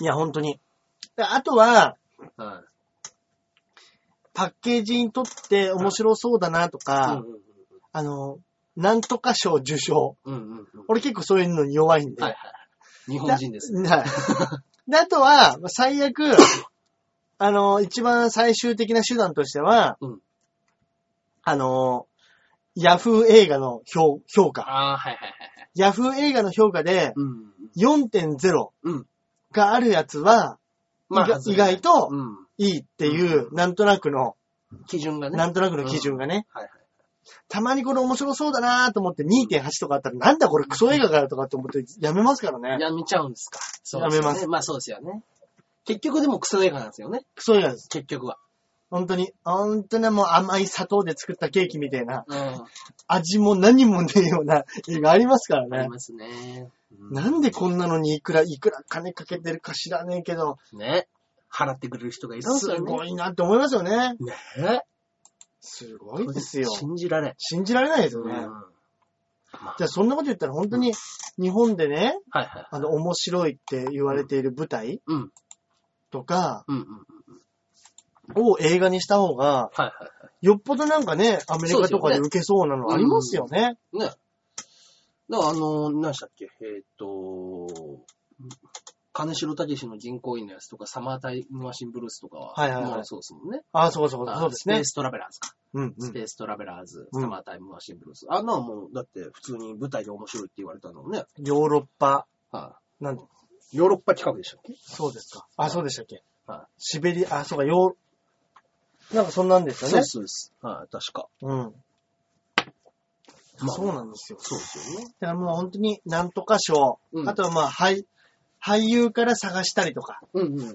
いや、本当に。であとは、はい。はいパッケージにとって面白そうだなとか、あの、なんとか賞受賞。うんうんうん。うんうんうん。俺結構そういうのに弱いんで。はいはい。日本人ですね。ね。 [laughs] はい。で、あとは、最悪、あの、一番最終的な手段としては、うんあの、ヤフー映画の評評価。ああ、はいはいはいはい。ヤフー映画の評価でうん。 4.0うん。があるやつは、意外意外とうん。いいっていう、なんとなくの、基準がね。なんとなくの基準がね、はいはい。たまにこれ面白そうだなと思って2.8とかあったら、なんだこれクソ映画かよとかって思ってやめますからね。やめちゃうんですか。そうですよねやめます。まあそうですよね。結局でもクソ映画なんですよね。クソ映画です。結局は。本当に、本当にもう甘い砂糖で作ったケーキみたいな。うん。味も何もねえような映画ありますからありね。ますね。うんなんでこんなのにいくら、いくら金かけてるか知らねえけど、ね。払ってくれる人がいるんですすよね。ごいなって思いますよね。ねすごいですよ。信じられん。信じられないですうよん。ね。はいじゃあそんなこと言ったら本当に日本でね、はい。あの、面白いって言われている舞台うん。とかうんうんうん。を映画にした方が、はいはいはよっぽどなんかね、アメリカとかで受けそうなのありますよね。い。ね。だからあの、何でしたっけえーっと、金城武の銀行員のやつとか、サマータイムマシンブルースとかは、はいはいはいもうそうですもんね。ああ、そうそうそう、そうですスペねー。ストラベラーズか。うん、うスん。ペーストラベラーズ、うんスタマータイムマシンブルース。あんなはもう、だって普通に舞台で面白いって言われたのね。ヨーロッパ、はなんい。ヨーロッパ企画でしたっけそうですか。あ、そうでしたっけ。はシベリア、あ、そうか、ヨー、なんかそんなんですよそうねで。す、そうです。はい、確か。うん。まあそうなんですよ。そうですよね。だからもう本当になんとか賞、うんあとはまあ、俳俳優から探したりとか。うんうんうん。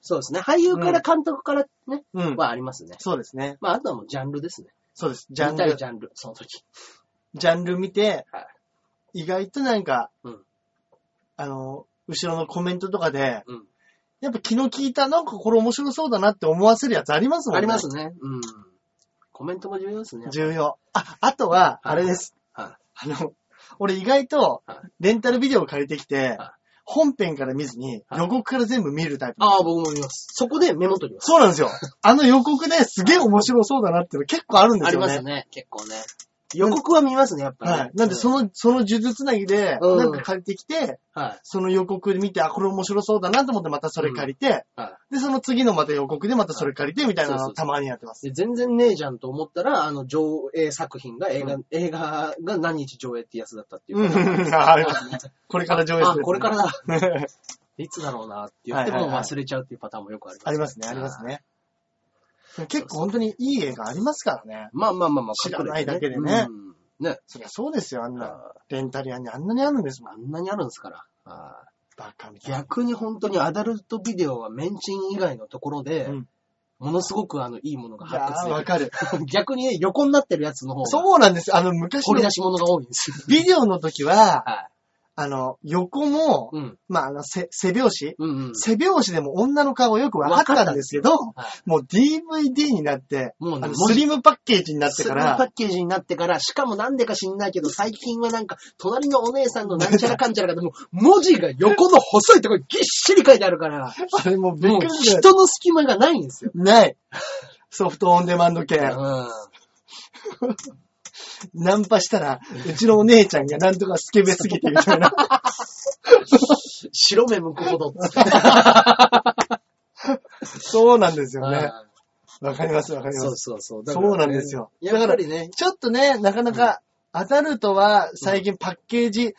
そうですね。俳優から監督からね、うん。はありますね。そうですね。まあ、あとはもうジャンルですね。そうです。ジャン見たいル、ジャンル、その時。ジャンル見て、はい意外となんか、うんあの、後ろのコメントとかで、うんやっぱ気の利いた、なんかこれ面白そうだなって思わせるやつありますもんね。ありますね。うん。コメントも重要ですね。重要。あ、あとは、あれです。はあの、俺意外とは、レンタルビデオを借りてきては、本編から見ずに、はい予告から全部見るタイプ。ああ、僕も見ます。そこでメモ取ります。そうなんですよ。あの予告ね、すげえ面白そうだなっていうの結構あるんであすりよますね。ね、結構ね。予告は見ますね、やっぱり。はい。なんで、その、の、その呪術つなぎで、うんなんか借りてきて、はい。その予告で見て、あ、これ面白そうだなと思って、またそれ借りて、はで、その次のまた予告でまたそれ借りて、みたいなのそうそをうたまにやってます。、い。で全然ねえじゃんと思ったら、あの、上映作品が映画、映画が何日上映ってやつだったっていううんか。 [laughs] あありますねこれから上映すあ、る。これからだ。ら。いつだろうなって言ってはいもはいはい忘れちゃうっていうパターンもよくあります、ありますね、あります。ね。結構本当にいい映画ありますからね。まあまあまあまあ、知らないだけでね隠れてうんね。そりゃそうですよ、あんな。あレンタル屋にあんなにあるんですもん。あんなにあるんですから。ああバカみたいな。逆に本当にアダルトビデオはメンチン以外のところで、うんものすごくあの、いいものがいや発掘ーわでかる。きる。 [laughs] 逆にね、横になってるやつの方が、そうなんです。あの、昔掘りの出し物が多いんですよ。ビデオの時は、はい。あの、横も、うん。まあ、あの、せ背拍子うんうん。背拍子でも女の顔がよくわかったんですけど、はいもう DVD になって、もうね、あの文ス字リムパッケージになってスかリムパらッ、ケージになってから、しかもなんでか知んないけど、最近はなんか、隣のお姉さんのなんちゃらかんちゃらが、でも、文字が横の細いところにぎっしり書いてあるから、あれもうびもっうくりした。人の隙間がないんですよ。ない。ソフトオンデマンド系。うん。ナンパしたら、うちのお姉ちゃんがなんとかスケベすぎてみ [laughs] たいな。 [laughs] 白目向くほどっつって。そうなんですよね。あわかります、わかーりそまうす。そうそう。そうなんですよだからねやっぱりね、ちょっとね、なかなか、アダルトは最近パッケージ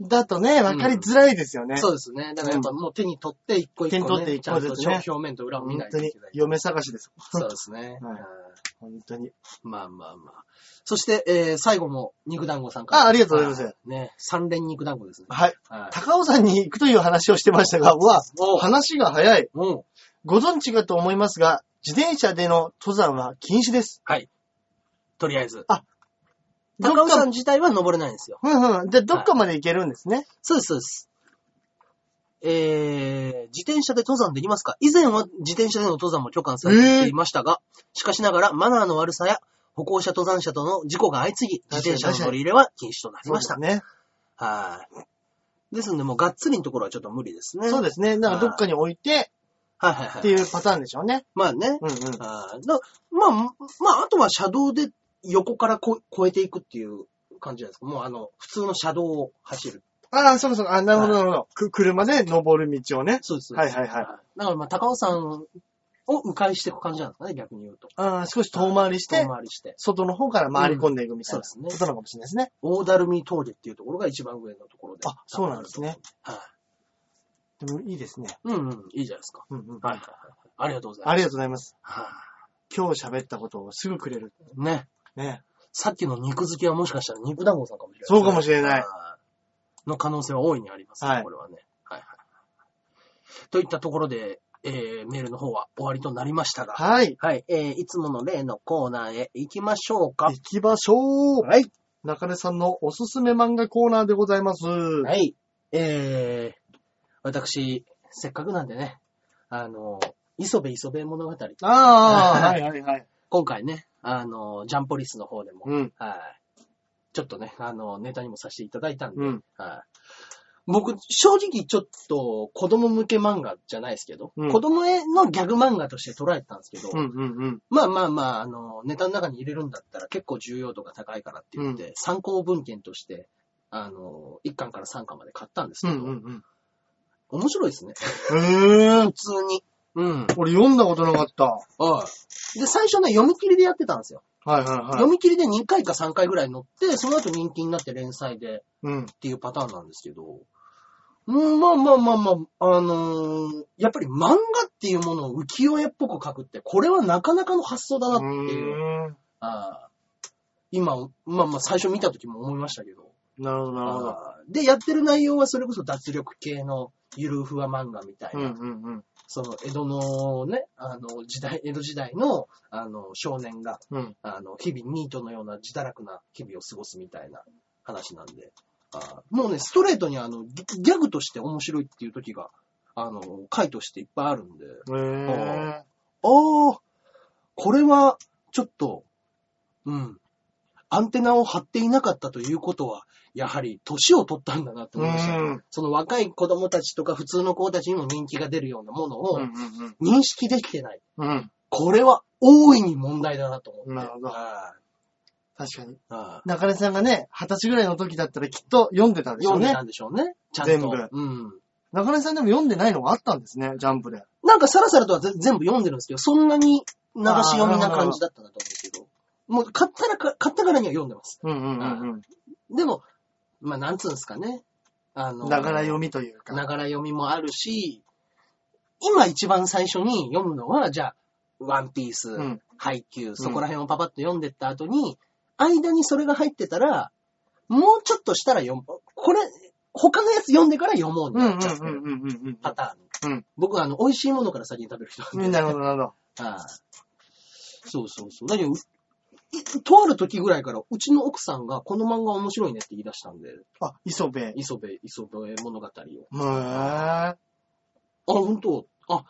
だとね、わかりづらいですよね。そうですね。だからやっぱもう手に取って一個一個手に取っね、て一ちゃ個んずとつね表面と裏を見本ない当といにけない。嫁探しです。そうですね。はいうん本当に。まあまあまあ。そして、えー最後も肉団子さんから。あ、ありがとうございます。ね、三連肉団子ですね。はい。はい。高尾山に行くという話をしてましたが、うわ、お話が早い。うん。ご存知かと思いますが、自転車での登山は禁止です。はい。とりあえず。あ高尾どっ山か自体は登れないんですよ。うんうん。で、どっかまで行けるんですね。そうです、そうです。えー、自転車で登山できますか以前は自転車での登山も許可されていましたが、しかしながらマナーの悪さや歩行者登山者との事故が相次ぎ、確自かに転車の乗り入れは禁止となりました。ね。はい。ですので、もうがっつりのところはちょっと無理ですね。そうす。ですね。だからどっかに置いてはいはいはい。っていうパターンでしょうね。まあね。うんうん。あーだまあ、まあ、あとは車道で横からこ越えていくっていう感じじゃないですか。もうあの、普通の車道を走る。ああ、そろそろ、あ、なるほど、なるほど。く車で登る道をね。そうです。そうはでいすはいはい。だからまあ、高尾山を迂回していく感じなんですかね、逆に言うと。ああ、少し遠回りし遠て、回りして。外の方から回り込んでいくみたいなうんそうですねことなのかもしれないですね。大だるみ峠っていうところが一番上のところで。あそうなんですね。はい。でもいいですね。うんうん、いいじゃないですか。うんうん。はい。ありがとうございます。ありがとうございます。はい、今日喋ったことをすぐくれる。ね。ね。さっきの肉好きはもしかしたら肉団子さんかもしれない、そうかもしれないはい。の可能性は大いにありますね、はいこれはね。はいはい。といったところで、えー、メールの方は終わりとなりましたが、はい、はい。えー、いつもの例のコーナーへ行きましょうか行。きましょう。はい。中根さんのおすすめ漫画コーナーでございます。はい。はい。えー、私、せっかくなんでね、あの、磯部磯部物語、ああ、ははいいはいはい。今回ね、あの、ジャンポリスの方でも、うん。はい。ちょっとね、あの、ネタにもさせていただいたんで、うん。はい。僕、正直ちょっと子供向け漫画じゃないですけど、うん子供へのギャグ漫画として捉えてたんですけど、うんうんうん。まあまあまあ、あの、ネタの中に入れるんだったら結構重要度が高いからって言って、参考文献として、あの、1巻から3巻まで買ったんですうけんど、うん面白いですね。うん。へえ普。通に。うん。俺読んだことなかった。ははい。で、最初ね、読み切りでやってたんですよ。いはいはい。読み切りで2回か3回ぐらい載って、その後人気になって連載で、うん。っていうパターンなんですけど、うん、まあまあまあまあ、あのーやっぱり漫画っていうものを浮世絵っぽく描くって、これはなかなかの発想だなっていう、うーんあー今、まあまあ最初見た時も思いましたけど、なるほどなるほど。あーで、やってる内容はそれこそ脱力系のゆるふわ漫画みたいうな、んうんうん。その江戸のね、あの時代、江戸時代のあの少年が、うん。あの、日々ニートのような自堕落な日々を過ごすみたいな話なんで、あーもうね、ストレートにあの、ギギャグとして面白いっていう時が、あの、回としていっぱいあるんで、へえ。あー、これは、ちょっと、うん。アンテナを張っていなかったということは、やはり年を取ったんだなって思いましたうん。その若い子供たちとか普通の子たちにも人気が出るようなものうをんうん認識できてない。うん。うん。これは大いに問題だなと思って。なるほどはい確かに。うん中根さんがね、二十歳ぐらいの時だったらきっと読んでたんでしょ読うでんねた。んでしょうね。ちゃんと。全部うん。中根さんでも読んでないのがあったんですね、ジャンプで。なんかサラサラとはぜ全部読んでるんですけど、そんなに流し読みな感じだったなと思うんですけど。もう買ったらか、買ったからには読んでます。うんうんうんでも、まあなんつうんですかね。あうの、ん。だから読みというか。ながら読みもあるし、今一番最初に読むのは、じゃあ、ワンピース、うん。ハイキュー、そこら辺をパパッと読んでった後に、間にそれが入ってたら、もうちょっとしたら読む。これ、他のやつ読んでから読もうにうんうなんっうちんゃってうるんうんパターン。うん僕はあの、美味しいものから先に食べる人なんでうん。なるほどなるほど。はい。そうそうそう。だけど、ういとある時ぐらいから、うちの奥さんがこの漫画面白いねって言い出したんで、あ、磯部。へ磯部、磯部物語を。あ、ぇ本当あ、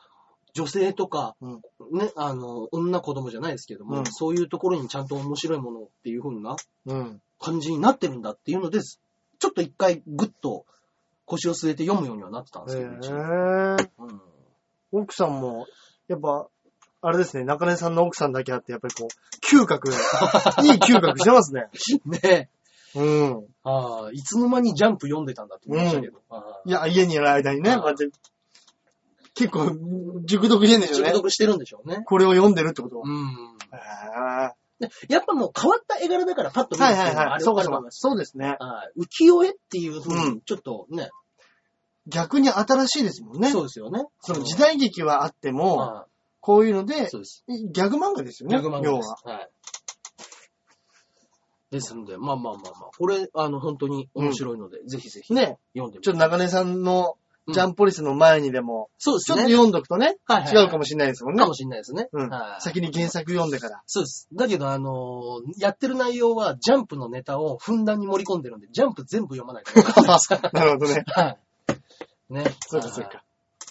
女性とか、うんね、あの、女子供じゃないですけども、うんそういうところにちゃんと面白いものっていう風なうん。感じになってるんだっていうのです。ちょっと一回ぐっと腰を据えて読むようにはなってたんへですけど、うちぇうん [laughs] 奥さんも、やっぱ、あれですね、中根さんの奥さんだけあって、やっぱりこう、嗅 [laughs] 覚、いい嗅覚してますね。ねえ。うん。ああ、いつの間にジャンプ読んでたんだって思いましたけど。ああいや、家にいる間にね、うんこうやって結構、熟読してんでしょう熟ね。読してるんでしょうね。これを読んでるってことは。うん。へでやっぱもう変わった絵柄だからパッとー見るっはていいうはいのははあい。れそうわかかると思いそうか。ます。そうですね。はい浮世絵っていうふううんに、ちょっとね、逆に新しいですもんね。そうそですよね。の時代劇はあっても、はこういうのでい、そうです。ギャグ漫画ですよね。逆漫要画ですは。。はい。ですので、まあまあまあまあ、これ、あの、本当に面白いので、ぜひぜひ、ね。読んでみちょてっと中根さんのうんジャンポリスの前にでも、そうでちすょっとね。読んどくとね、はいはいは違いうかもしれないですもんねか。もしれないですね。うんは。い先に原作読んで [laughs] から。そうです。だけど、あのーやってる内容は、ジャンプのネタをふんだんに盛り込んでるんで、ジャンプ全部読まないとわかんない [laughs] ですから。なるほどね。はい。ね。そうかそうか。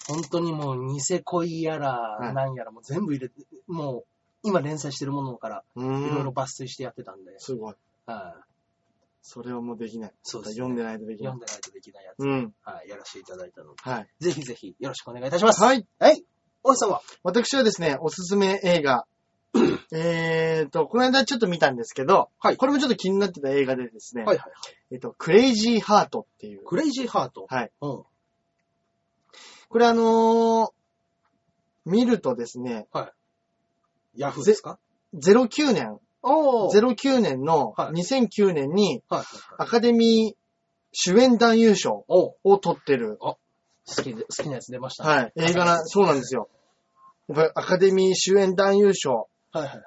本当にもう、ニセ恋やはら、いなんやら、もう全部入れて、もう、今連載してるものから、いうろいろーん。抜粋してやってたんで、すごい。はいそれはもうできない。そうですね読んでないとできない読ん。でないとできないやつ、うん。はい、やらせていただいたので、はい。ぜひぜひよろしくお願いいたします。はい。はい。大石さんは私はですね、おすすめ映 [laughs] 画。えーと、この間ちょっと見たんですけど、はいこれもちょっと気になってた映画でですね、はいはい。えっと、クレイジーハートっていう。クレイジーハート。はい。うん。これあのー見るとですね、ヤフーですか09年、おゼロ。 09年のはい2009年にはいはいはい。アカデミー主演男優賞おうを取ってる、好きで、好きなやつ出ましたね。はい、映画な、そうなんですよ。やっぱりアカデミー主演男優賞はいはいはい。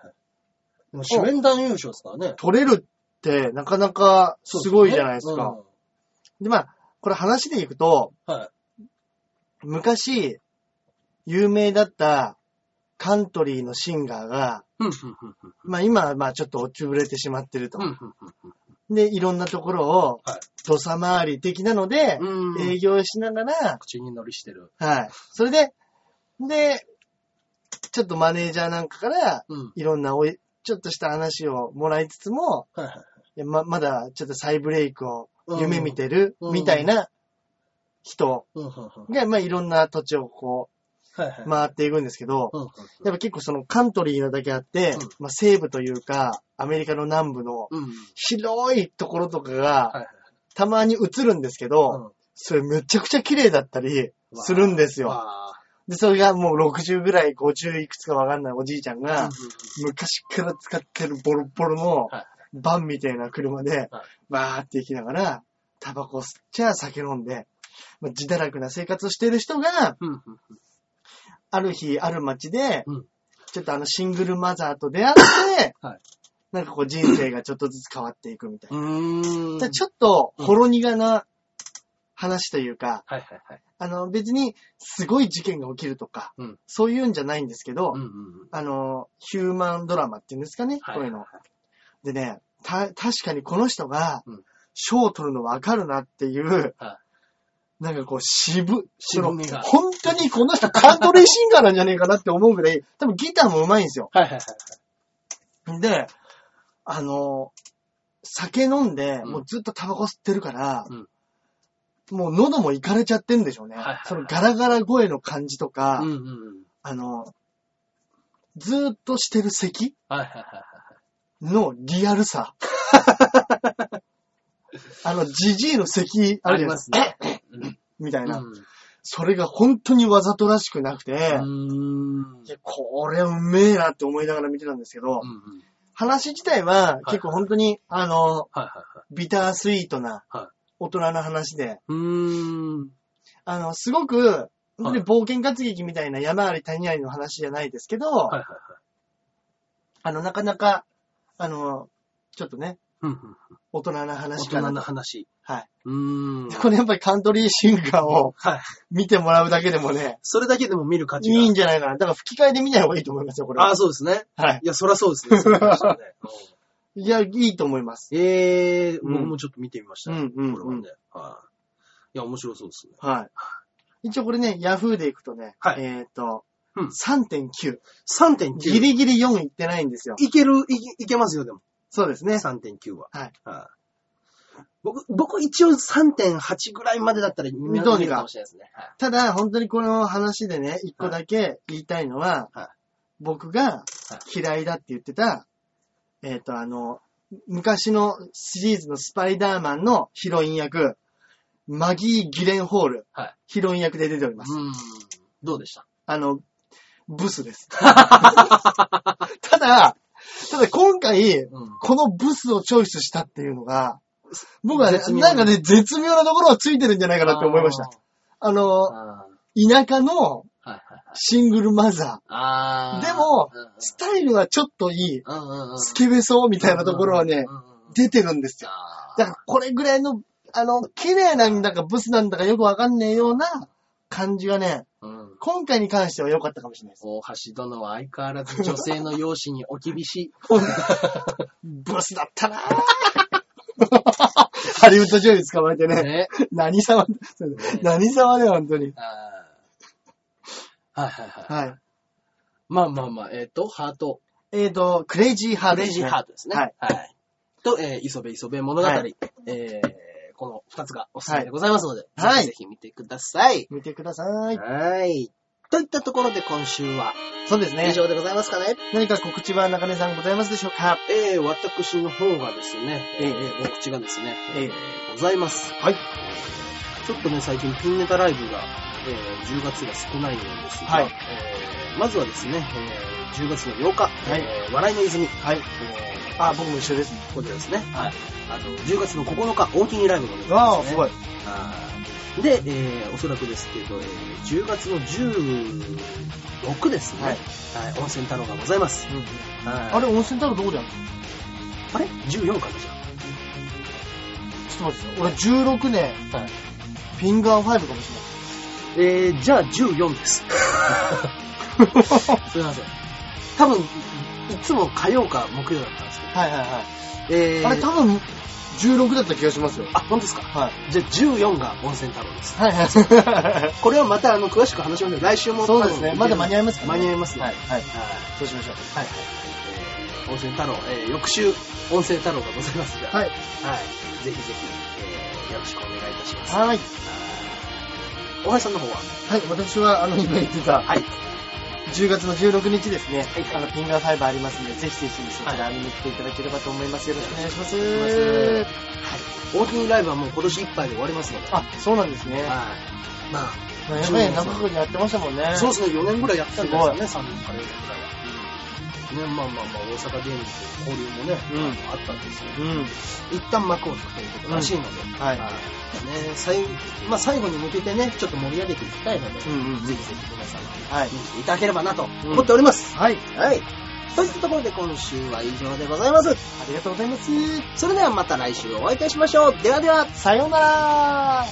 でも主演男優賞ですからね。取れるってなかなかそうすよねごいじゃないですか。でうまあ、これ話でいくと、んはい。昔、有名だったカントリーのシンガーが、うん、うん、うんうん。まあ今はまあちょっと落ちぶれてしまってるとう。んうんで、いろんなところをはい、土佐回り的なので、うん、うん。営業しながら、口に乗りしてる。はい。それで、で、ちょっとマネージャーなんかから、うん。いろんなおい、ちょっとした話をもらいつつも、はいはい。いやま、まだちょっと再ブレイクをうん夢見てる、うんみたいな人うん、うん、うん。が、まあいろんな土地をこ、。はいはいう回っていくんですけど、うん、うんやっぱ結構そのカントリーなだけあって、うんまあ西部というか、アメリカの南部のうん。うん。広いところとかはいが、はい。たまに映るんですけど、うんそれめちゃくちゃ綺麗だったりするんですよ。わで、それがもう60ぐらい、50いくつかわかんないおじいちゃんーが、昔から使ってるボロボロのはいバンみたいな車ではい、バーって行きながら、タバコ吸っちゃ酒飲んで、まあ自堕落な生活をしてる人が、うんうんうんある日、ある街で、うんちょっとあのシングルマザーと出会って、 [coughs] はいなんかこう人生がちょっとずつ変わっていくみたいな。うーん。でちょっと、ほろ苦な話というか、はいはいはい。あの、別にすごい事件が起きるとか、うんそういうんじゃないんですけど、うんうんうん。あの、ヒューマンドラマっていうんですかね、はいこういうの。でね、た、確かにこの人がうん、賞を取るのわかるなっていう、はなんかこう渋、渋みがその本当にこの人カントリーシンガーなんじゃねえかなって思うぐらい、多分ギターも上手いんですよ。はいはいはい。で、あの、酒飲んで、うんもうずっとタバコ吸ってるから、うんもう喉もいかれちゃってんでしょうね。はいはいはいそのガラガラ声の感じとか、うんうんうん。あの、ずーっとしてる咳はいはいはいはい。 [laughs] のリアルさ。あの、ジジイの咳ああるじりゃないでますすか。ね。うんみたいな。うんそれが本当にわざとらしくなくて、うーんいやこれうめえなって思いながら見てたんですけど、うんうん話自体は結構本当に、あの、はいはいはい。ビタースイートなは大人の話で、うーん。あの、すごく、本当はいに冒険活劇みたいな山あり谷ありの話じゃないですけど、はいはいはい。あの、なかなか、あの、ちょっとね、うんうん大人な大話か人なのと。話。はい。うーん。これやっぱりカントリーシンガーをはい。見てもらうだけでもね、それだけでも見る価値いいが。んじゃないかな。だから吹き替えで見ない方がいいと思いますよ、これあは。あ、そうですね。はい。いや、そらそうですねそうでしたね。うんいや、いいと思います。ええうん僕もちょっと見てみました。うんうんうんこれはね。はい。いや、面白そうですね。はい。一応これね、ヤフーで行くとね、はいえっ、と、うん3.9。 3.9。ギリギリ4いってないんですよ。いける、いけいけますよ、でも。そうですね。 3.9は。はい。い僕、僕一応3.8ぐらいまでだったら見ど見うにかれるかもしれないですね。はいただ、本当にこの話でね、一個だけ言いたいのは、はい僕が嫌いだって言ってた、えっ、と、あの、昔のシリーズのスパイダーマンのヒロイン役、マギー・ギレンホール、はいヒロイン役で出ております。うーん。どうでしたあの、ブスです。 [laughs] ただ、ただ今回、うん。このブスをチョイスしたっていうのが、僕はね絶、妙ななんかね、絶妙なところをついてるんじゃないかなって思いました。ああー。の、あ田舎のーはいはいはい。シングルマザあーでもうんうんー。スタイルはちょっといい。うんうんうん。スケベそうみたいなところはねう、んうんうん、出てるんですよ。あーだからこれぐらいの、あの、綺麗なんだかブスなんだかよくわかんねえような感じがね、うん。今回に関しては良かったかもしれないです。大橋殿は相変わらず女性の容姿にお厳しい。ブスだった [laughs] なぁハリウッド女優捕まえてね、ね。何様、何様ね、本当に。あーはいはいはい。はい。まあまあまあ、えっ、と、ハート。えーと、クレイジーハークトレでイすジね、ーハートですね。はい。と、えー、磯部磯部物語。はいえー、この二つがおすすめでございますので、はぜいひぜひ見てください。見てください。はい。といったところで今週はそうです以ね。上でございますかね。何か告知は中根さんございますでしょうかえー、私の方がですね、えええー、告知がですね、えええーございます。はい。ちょっとね、最近ピンネタライブが、えー10月が少ないようですが、はいえーまずはですね、えー10月の8日、はいえー笑いの泉、はい。えーあ、僕も一緒ですね。ここでですね、はいあの10月の9日、大きにライブがございわまあ、す、ね。すごい。あーで、えーおそらくですけど、えー10月の16ですね、ははいい温泉太郎がございます。あれ、温泉太郎どこでやるのあれ ?14 かなじゃあちょっと待ってください。俺16年、フィンガー5かもしれない。えー、じゃあ14です。 [laughs] すいません。多分、いつも火曜か木曜だったんですはいはいはけど。えい。ー、あれ多分、16だった気がしますよ。あ、本当ですかはい。じゃあ14が温泉太郎です。はいはい。これはまたあの詳しく話しましょう。来週も [laughs] そうですね。まだ間に合いまますかね間に合いますねはい。はい。はいそうしましょう。はいはい。えー、温泉太郎、えー、翌週、温泉太郎がございますが、はい。はい。ぜひぜひ、えー、よろしくお願いいたします。はい。はい。大橋さんの方ははい。私は、あの、 [laughs] 今言ってた、はい。 10月の16日ですね、はいはいあのピンガーファイバーありますんで、ぜひぜひそちら見に来ていただければと思います。よろしくお願いします。はい大きいライブはもう今年いっぱいで終わりますので。あ、そうなんですね。まはい。まあ、あやばい、長くやってましたもんね。そうですね、4年ぐらいやってたんですよね、3年から4年ぐらいは。ね、まあまあまあ、大阪芸人という交流もね、うんあったんですけど、うん。一旦幕を引くということらしいので、はいね、最後まあ、最後に向けてね、ちょっと盛り上げていきたいので、うんうんぜひぜひ皆さんはい見。に来ていただければなと思っております。はい。はい。といったところで今週は以上でございます。ありがとうございます。それではまた来週お会いいたしましょう。ではでは。さようなら